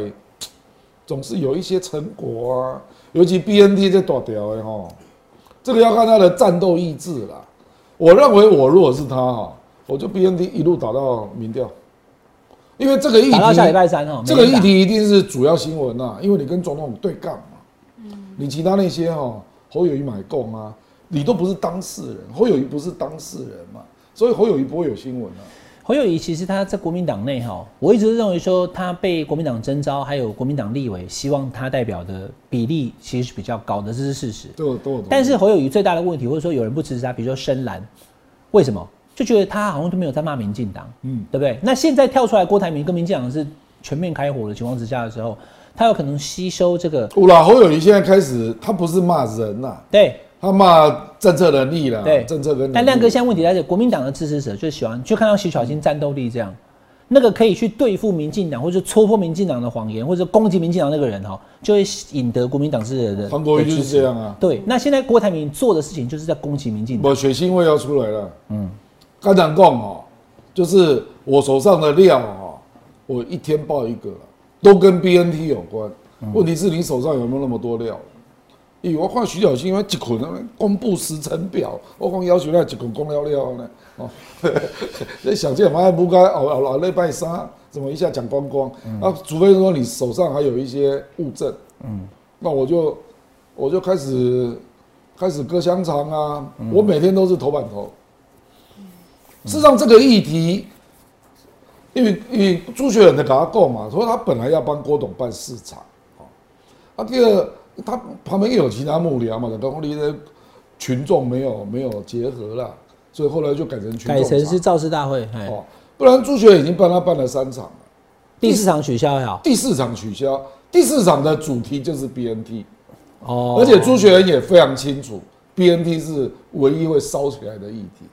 C: 总是有一些成果啊。尤其 BND 这大条的吼，这个要看他的战斗意志啦。我认为我如果是他哈，我就 BND 一路打到民调，因为这个议题
B: 打到下礼拜三哦。
C: 这个
B: 没
C: 议
B: 人打
C: 题一定是主要新闻啊，因为你跟总统对干嘛，你其他那些哈、侯友谊买供啊，你都不是当事人，侯友谊不是当事人嘛，所以侯友谊不会有新闻啊。
B: 侯友谊其实他在国民党内哈，我一直认为说他被国民党征召，还有国民党立委希望他代表的比例其实是比较高的，这是事实。
C: 都有都有。
B: 但是侯友谊最大的问题，或者说有人不支持他，比如说深蓝，为什么？就觉得他好像都没有在骂民进党，
C: 嗯
B: 嗯，对不对？那现在跳出来郭台铭跟民进党是全面开火的情况之下的时候，他有可能吸收这个，
C: 我老侯友谊现在开始，他不是骂人呐、
B: 对
C: 他骂政策能力啦，
B: 对，
C: 政策跟能力。
B: 但亮哥现在问题在这，国民党的支持者就喜欢就看到徐巧芯战斗力这样，那个可以去对付民进党或者戳破民进党的谎言，或者攻击民进党那个人哈，就会引得国民党支持者的
C: 韩国瑜就是这样
B: 的支
C: 啊
B: 持。对，那现在郭台铭做的事情就是在攻击民进党，
C: 我血腥味要出来了。嗯，刚才讲哦，就是我手上的料哦，我一天爆一个啦，都跟 BNT 有关。问题是你手上有没有那么多料？咦、我看徐小新因为一捆啊，公布时程表，我讲要求那一捆公了了呢。哦， 你想见嘛？不该哦哦哦，礼拜三怎么一下讲光光、啊？除非说你手上还有一些物证，嗯，那我就我就开始开始割香肠啊，
B: 嗯
C: 我每天都是头版头。事实上，这个议题，因为因为朱学仁的跟他讲嘛，说他本来要帮郭董办市场，哦，啊，第二他旁边又有其他幕僚嘛，跟你的群众没有没有结合啦，所以后来就改成群众
B: 改成是
C: 场
B: 造势大会，哎，
C: 哦，不然朱学仁已经帮他办了三场了，
B: 第四场取消呀，
C: 第四场取消，第四场的主题就是 BNT。
B: 哦，
C: 而且朱学仁也非常清楚，BNT 是唯一会烧起来的议题。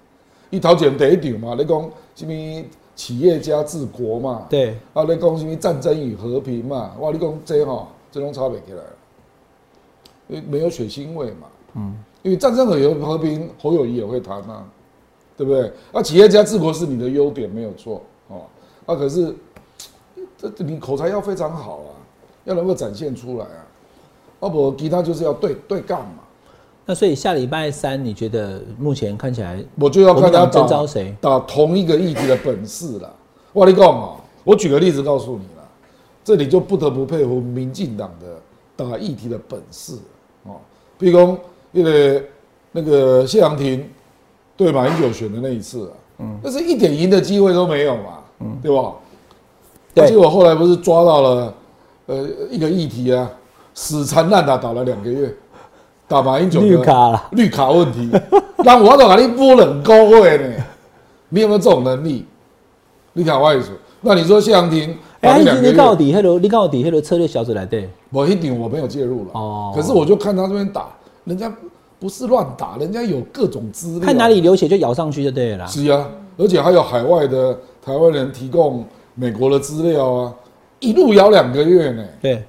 C: 一头前第一场嘛，你讲什么企业家治国嘛，
B: 对。
C: 啊，你讲什么战争与和平嘛，哇，你讲这吼，这种差别起来了，因为没有血腥味嘛，嗯，因为战争和和平，侯友谊也会谈啊，对不对？啊，企业家治国是你的优点，没有错哦，啊，可是这这你口才要非常好啊，要能够展现出来啊，啊不，其他就是要对对干嘛，
B: 那所以下礼拜三，你觉得目前看起来
C: 我就要看
B: 国
C: 他
B: 民党征
C: 打
B: 召谁
C: 打同一个议题的本事了。我跟你讲哦，我举个例子告诉你啦，这里就不得不佩服民进党的打议题的本事哦。譬如讲那个那个谢长廷对马英九选的那一次啊，嗯，那是一点赢的机会都没有嘛，嗯，对吧？
B: 对
C: 而且我后来不是抓到了呃一个议题啊，死缠烂打打了两个月，打马英九的
B: 绿卡啦
C: 绿卡问题，让我都把你波冷高位呢，你有没有这种能力？你卡外属，那你说谢长廷
B: 哎、
C: 打
B: 欸，
C: 你
B: 你
C: 两个
B: 你
C: 月，
B: 告底黑楼，你告底黑楼策略小组来对，
C: 我一定我没有介入了，
B: 哦
C: 可是我就看他这边打，人家不是乱打，人家有各种资料，
B: 看哪里流血就咬上去就对了啦。
C: 是啊，而且还有海外的台湾人提供美国的资料啊，一路摇两个月呢。
B: 对，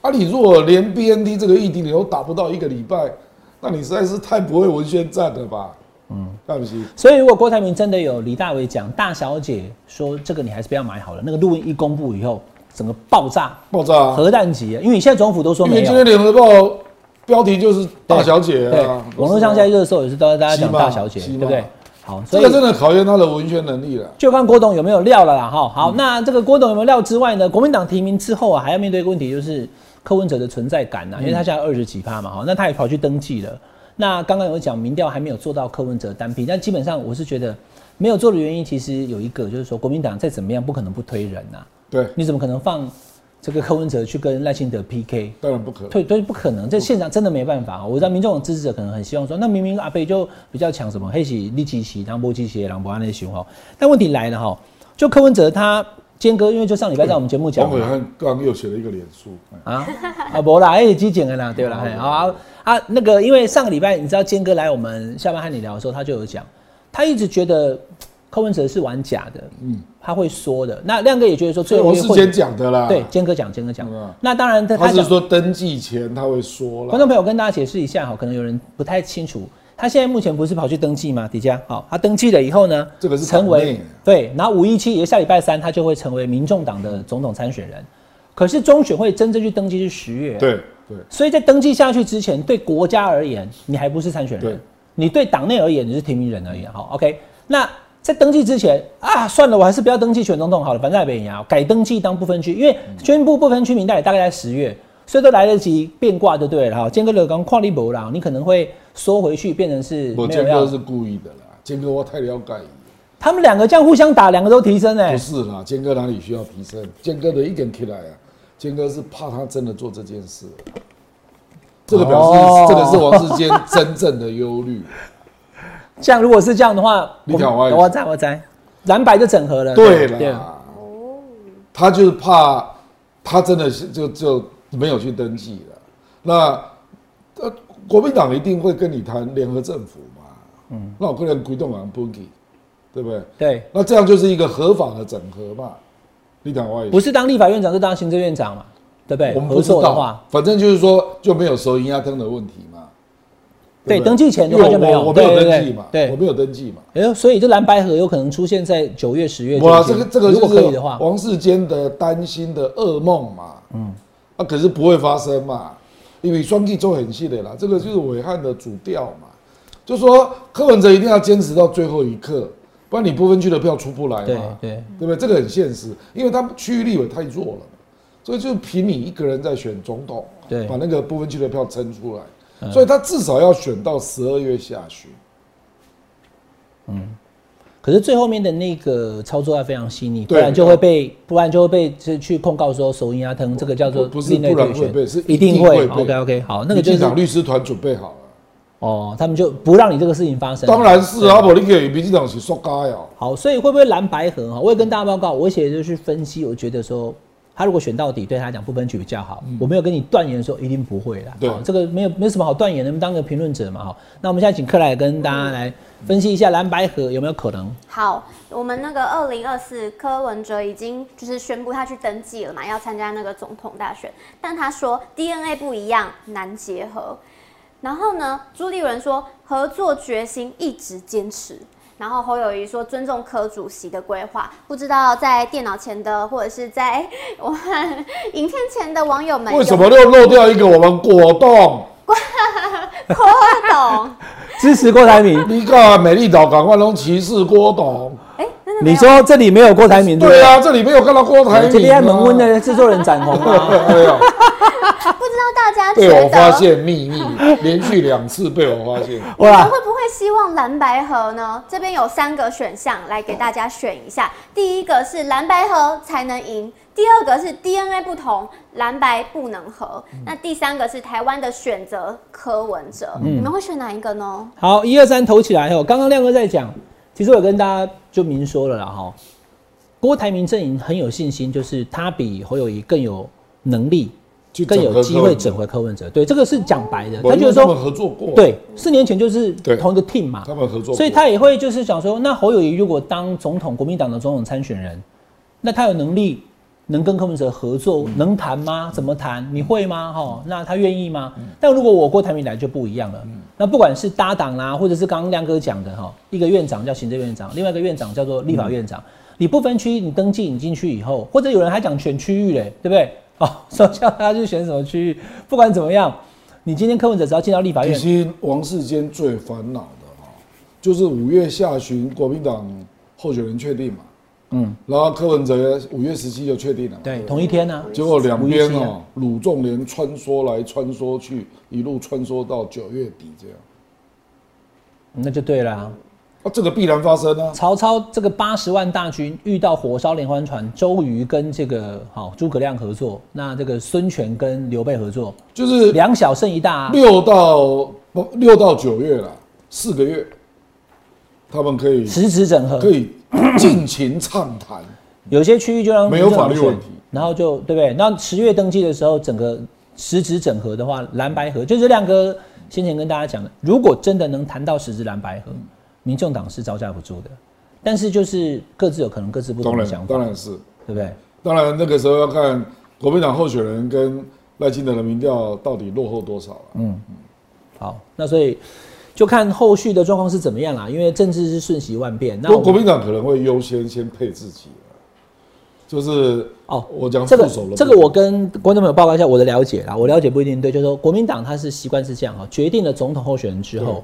C: 啊，你如果连 BNT 这个议题你都打不到一个礼拜，那你实在是太不会文宣战了吧？嗯，对不起，
B: 所以如果郭台铭真的有李大为讲，大小姐说这个你还是不要买好了，那个录音一公布以后，整个爆炸，
C: 爆炸、啊！
B: 核弹级，因为你现在总府都说
C: 因为
B: 没
C: 今天
B: 有。
C: 联合报标题就是大小姐
B: 对，
C: 啊，
B: 网络上现在热搜也是都大家讲大小姐，
C: 是
B: 对
C: 嘛
B: 不对？好，
C: 这
B: 所
C: 个真
B: 以
C: 的考验他的文宣能力了。
B: 就看郭董有没有料了啦哈。好，那这个郭董有没有料之外呢？国民党提名之后啊，还要面对一个问题，就是柯文哲的存在感呐、啊因为他现在二十几趴嘛，哈，那他也跑去登记了。那刚刚有讲民调还没有做到柯文哲单批，但基本上我是觉得没有做的原因，其实有一个就是说国民党再怎么样不可能不推人呐、
C: 对，
B: 你怎么可能放这个柯文哲去跟赖清德 PK？
C: 当然不可能。
B: 对对，不可能，这现场真的没办法啊！我知道民众党支持者可能很希望说，那明明阿贝就比较强什么黑起利奇奇、唐波基奇、朗博安那些熊哈，但问题来了哈，就柯文哲他坚哥，因为就上礼拜在我们节目讲
C: 黄
B: 嘛
C: 伟汉刚又写了一个脸书，哎
B: 啊啊，不啦，哎，机检的啦，对啦，嘿啊啊，那个，因为上个礼拜你知道坚哥来我们下班和你聊的时候，他就有讲，他一直觉得柯文哲是玩假的，嗯，他会说的。那亮哥也觉得说，
C: 这
B: 最
C: 个
B: 后
C: 王
B: 约
C: 世
B: 会
C: 坚讲的啦。
B: 对，坚哥讲，坚哥讲
C: 嗯啊。
B: 那当然他
C: 他是
B: 讲
C: 说登记前他会说
B: 观
C: 了。
B: 众朋友，跟大家解释一下哈，可能有人不太清楚，他现在目前不是跑去登记吗？迪迦，好，他登记了以后呢，
C: 这个是
B: 成
C: 党内
B: 为
C: 的
B: 对，然后五一七也下礼拜三，他就会成为民众党的总统参选人。可是中选会真正去登记是十月，，
C: 对对
B: 所以在登记下去之前，对国家而言，你还不是参选
C: 对
B: 人，你对党内而言，你是提名人而已。好，OK，那在登记之前啊，算了，我还是不要登记选总统好了，反正也北牙改登记当不分区，因为宣布不分区名单也大概在十月，所以都来得及变卦就对了哈。间隔了刚跨立博啦，你可能会缩回去，变成是
C: 我
B: 没
C: 坚
B: 有
C: 哥
B: 要
C: 是故意的啦，坚哥我太了解你了。
B: 他们两个这样互相打，两个都提升哎、
C: 不是啦，坚哥哪里需要提升？坚哥的一点起来啊，坚哥是怕他真的做这件事，这个表示、
B: 哦
C: 这个是王世坚真正的忧虑。
B: 这样如果是这样的话，
C: 你讲
B: 我
C: 我
B: 们我在我在，蓝白就整合了。
C: 对啦，他就是怕他真的是就就没有去登记了。那呃，国民党一定会跟你谈联合政府嘛，嗯，那我个人推动党不给，对不对？
B: 对，
C: 那这样就是一个合法的整合嘛。你讲我也
B: 不是当立法院长就当行政院长嘛，对不对？
C: 我们
B: 合
C: 不知
B: 作的话
C: 道，，反正就是说就没有收银压灯的问题嘛。
B: 对
C: 不
B: 登记前的
C: 因为
B: 话就没有
C: 我我没有
B: 对对
C: 登记
B: 对
C: 嘛，
B: 对
C: 我没有登记嘛。
B: 哎呦，所以这蓝白合有可能出现在九月、十月中
C: 哇，啊这
B: 间。
C: 个这个
B: 如
C: 就
B: 果可以
C: 是
B: 的话，
C: 王世坚的担心的噩梦嘛。嗯，啊，可是不会发生嘛，因为双 G 做很细的啦，这个就是伟汉的主调嘛，就说柯文哲一定要坚持到最后一刻，不然你不分区的票出不来
B: 对
C: 嘛，
B: 对
C: 对不对？这个很现实，因为他们区域立委太弱了，所以就凭你一个人在选总统，
B: 对嗯
C: 把那个不分区的票撑出来，所以他至少要选到十二月下旬。
B: 可是最后面的那个操作要非常细腻，不
C: 对
B: 然就会被，不然就会被这去控告说手淫压疼，这个叫做
C: 不不是
B: 另类
C: 不然
B: 对
C: 会被
B: 决，
C: 是
B: 一
C: 一
B: 定
C: 定
B: 会。
C: 会被
B: OK OK，好，那个就
C: 民进
B: 是
C: 党律师团准备好了。
B: 哦，他们就不让你这个事情发生。
C: 当然是啊，我你给民进党是说嘎呀，
B: 好，所以会不会蓝白合哈？我也跟大家报告，我写就是分析，我觉得说他如果选到底，对他来讲不分区比较好。我没有跟你断言说一定不会啦，
C: 嗯对
B: 好这个没有没有什么好断言的，你们当个评论者嘛哈。那我们现在请克莱跟大家来分析一下蓝白合有没有可能？
D: 好，我们那个二零二四柯文哲已经就是宣布他去登记了嘛，要参加那个总统大选，但他说 DNA 不一样，难结合。然后呢，朱立伦说合作决心一直坚持。然后侯友谊说尊重柯主席的规划，不知道在电脑前的或者是在 我们影片前的网友们有
C: 为什么又漏掉一个我们果冻？，
D: 看得懂？
B: 支持郭台铭
C: 你看美丽岛港万隆歧视郭董，
D: 哎，真的没
B: 你
D: 有
B: 说这里没有郭台铭
C: 对
B: 啊，
C: 啊，这里没有看到郭台铭、啊，
B: 这边门温，的制作人展宏 啊。
C: 对 啊，
D: 不知道大家觉
C: 被
D: 得
C: 我发现秘密，连续两次被我发现。
B: 好
D: 你
B: 啦
D: 们会不会希望蓝白河呢？这边有三个选项来给大家选一下。第一个是蓝白河才能赢，第二个是 DNA 不同，蓝白不能合，
C: 嗯
D: 那第三个是台湾的选择柯文哲。
C: 嗯
D: 你们会选哪一个呢？
B: 好，一二三投起来哦。刚刚亮哥在讲，其实我跟大家就明说了啦哈，郭台铭阵营很有信心，就是他比侯友谊更有能力，
C: 去
B: 更有
C: 整合
B: 机
C: 柯
B: 会
C: 文哲
B: 整回柯文哲。对，这个是讲白的，
C: 我
B: 他
C: 因
B: 就是
C: 为他
B: 说
C: 们合作过，，
B: 对，四年前就是
C: 对
B: 同一个 team 嘛，
C: 他们合作过，
B: 所以他也会就是想说，那侯友谊如果当总统，国民党的总统参选人，那他有能力能跟柯文哲合作，能谈吗？怎么谈？你会吗？哈、那他愿意吗？但如果我郭台铭来就不一样了。那不管是搭档啦、或者是刚刚亮哥讲的哈，一个院长叫行政院长，另外一个院长叫做立法院长。你不分区，你登记你进去以后，或者有人还讲选区域嘞，对不对？ 哦，说叫他去选什么区域，不管怎么样，你今天柯文哲只要进到立法
C: 其
B: 院，
C: 实王世坚最烦恼的哈，就是五月下旬国民党候选人确定嘛，
B: 嗯，
C: 然后柯文哲五月十七就确定了嘛，
B: 对，同一天呢、啊
C: 结果两边
B: 无意识啊，
C: 哦鲁仲连穿梭来穿梭去，一路穿梭到九月底这样。
B: 那就对了啊、
C: 啊，这个必然发生啊！
B: 曹操这个八十万大军遇到火烧连环船，周瑜跟这个好诸葛亮合作，那这个孙权跟刘备合作，
C: 就是
B: 两小胜一大、啊。
C: 六到不六到九月啦，四个月，他们可以
B: 实质整合
C: 可，以尽情畅谈。
B: 有些区域就让
C: 没有
B: 民众
C: 法律
B: 选
C: 问题
B: 然后就对不对？那十月登记的时候，整个实质整合的话，蓝白合就是亮哥先前跟大家讲的，如果真的能谈到实质蓝白合，民众党是招架不住的，但是就是各自有可能各自不
C: 当
B: 同的想
C: 然，
B: 法
C: 当，然是，
B: 对不对？
C: 当然那个时候要看国民党候选人跟赖清德的民调到底落后多少啊了、
B: 嗯好，那所以就看后续的状况是怎么样啦，因为政治是瞬息万变。那
C: 不过
B: 我
C: 国
B: 们
C: 民党可能会优先先配自己了，就是
B: 哦
C: 我讲
B: 这
C: 副
B: 个
C: 手了。
B: 这个我跟观众朋友报告一下我的了解啦，我了解不一定对，就是说国民党他是习惯是这样哈，决定了总统候选人之后，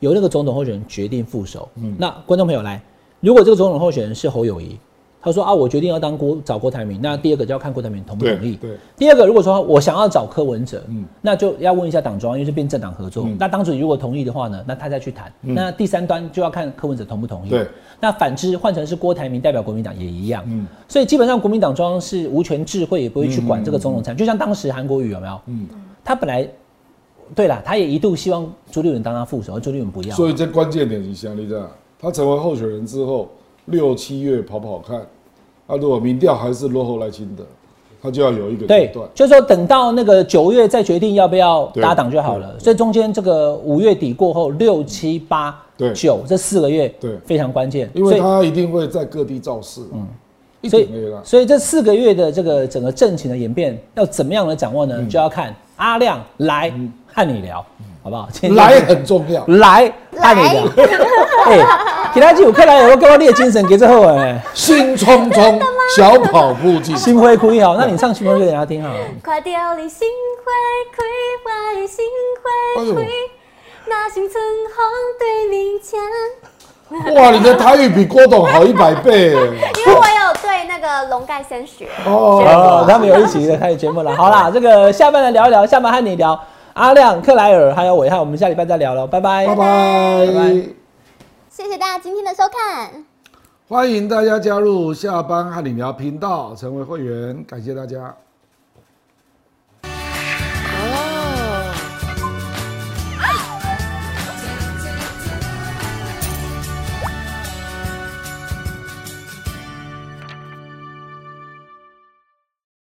B: 由
C: 嗯
B: 那个总统候选人决定副手。那观众朋友来，如果这个总统候选人是侯友谊，他说啊，我决定要当郭找郭台铭，那第二个就要看郭台铭同不同意。
C: 对对
B: 第二个，如果说我想要找柯文哲，
C: 嗯
B: 那就要问一下党中央，因为是变政党合作。
C: 嗯
B: 那党主席如果同意的话呢，那他再去谈。那第三端就要看柯文哲同不同意。
C: 对。
B: 那反之，换成是郭台铭代表国民党也一样。
C: 嗯
B: 所以基本上国民党中央是无权智慧，也不会去管这个总统参，就像当时韩国瑜有没有？
C: 嗯，
B: 他本来，对啦，他也一度希望朱立伦当他副手，而朱立伦不要。
C: 所以这关键点是像你这样，他成为候选人之后，六七月跑跑看，啊，如果民调还是落后赖清德，他就要有一个决
B: 对
C: 断，。
B: 就是说等到那个九月再决定要不要
C: 对
B: 搭档就好了。所以中间这个五月底过后，六七八
C: 对
B: 九这四个月，
C: 对
B: 非常关键。
C: 因为他一定会在各地造势，嗯，一
B: 所以
C: 定会啦。
B: 所以这四个月的这个整个政情的演变，要怎么样的掌握
C: 嗯
B: 呢？就要看阿亮来和你聊，好不好？今天
C: 来很重要，
B: 来和你聊。哎，给他几五克来，我给我列精神，给这后哎，
C: 兴冲冲，小跑步进。
B: 心灰哭一好。那你唱新闻歌给他听好了。
D: 快掉你心花开，我的心花
C: 哎呦，
D: 开那像春风对面墙。
C: 哇，你的台语比郭董好一百 倍。
D: 因为我有对那个龙盖先学，
B: 哦
C: 哦，，
B: 他们有一起的开始节目了。好啦，这个下半来聊一聊，下半和你聊阿亮、克莱尔还有伟汉，我们下礼拜再聊了，拜拜。
C: 拜拜
B: 拜。
D: 谢谢大家今天的收看。
C: 欢迎大家加入下班和你聊频道，成为会员，感谢大家。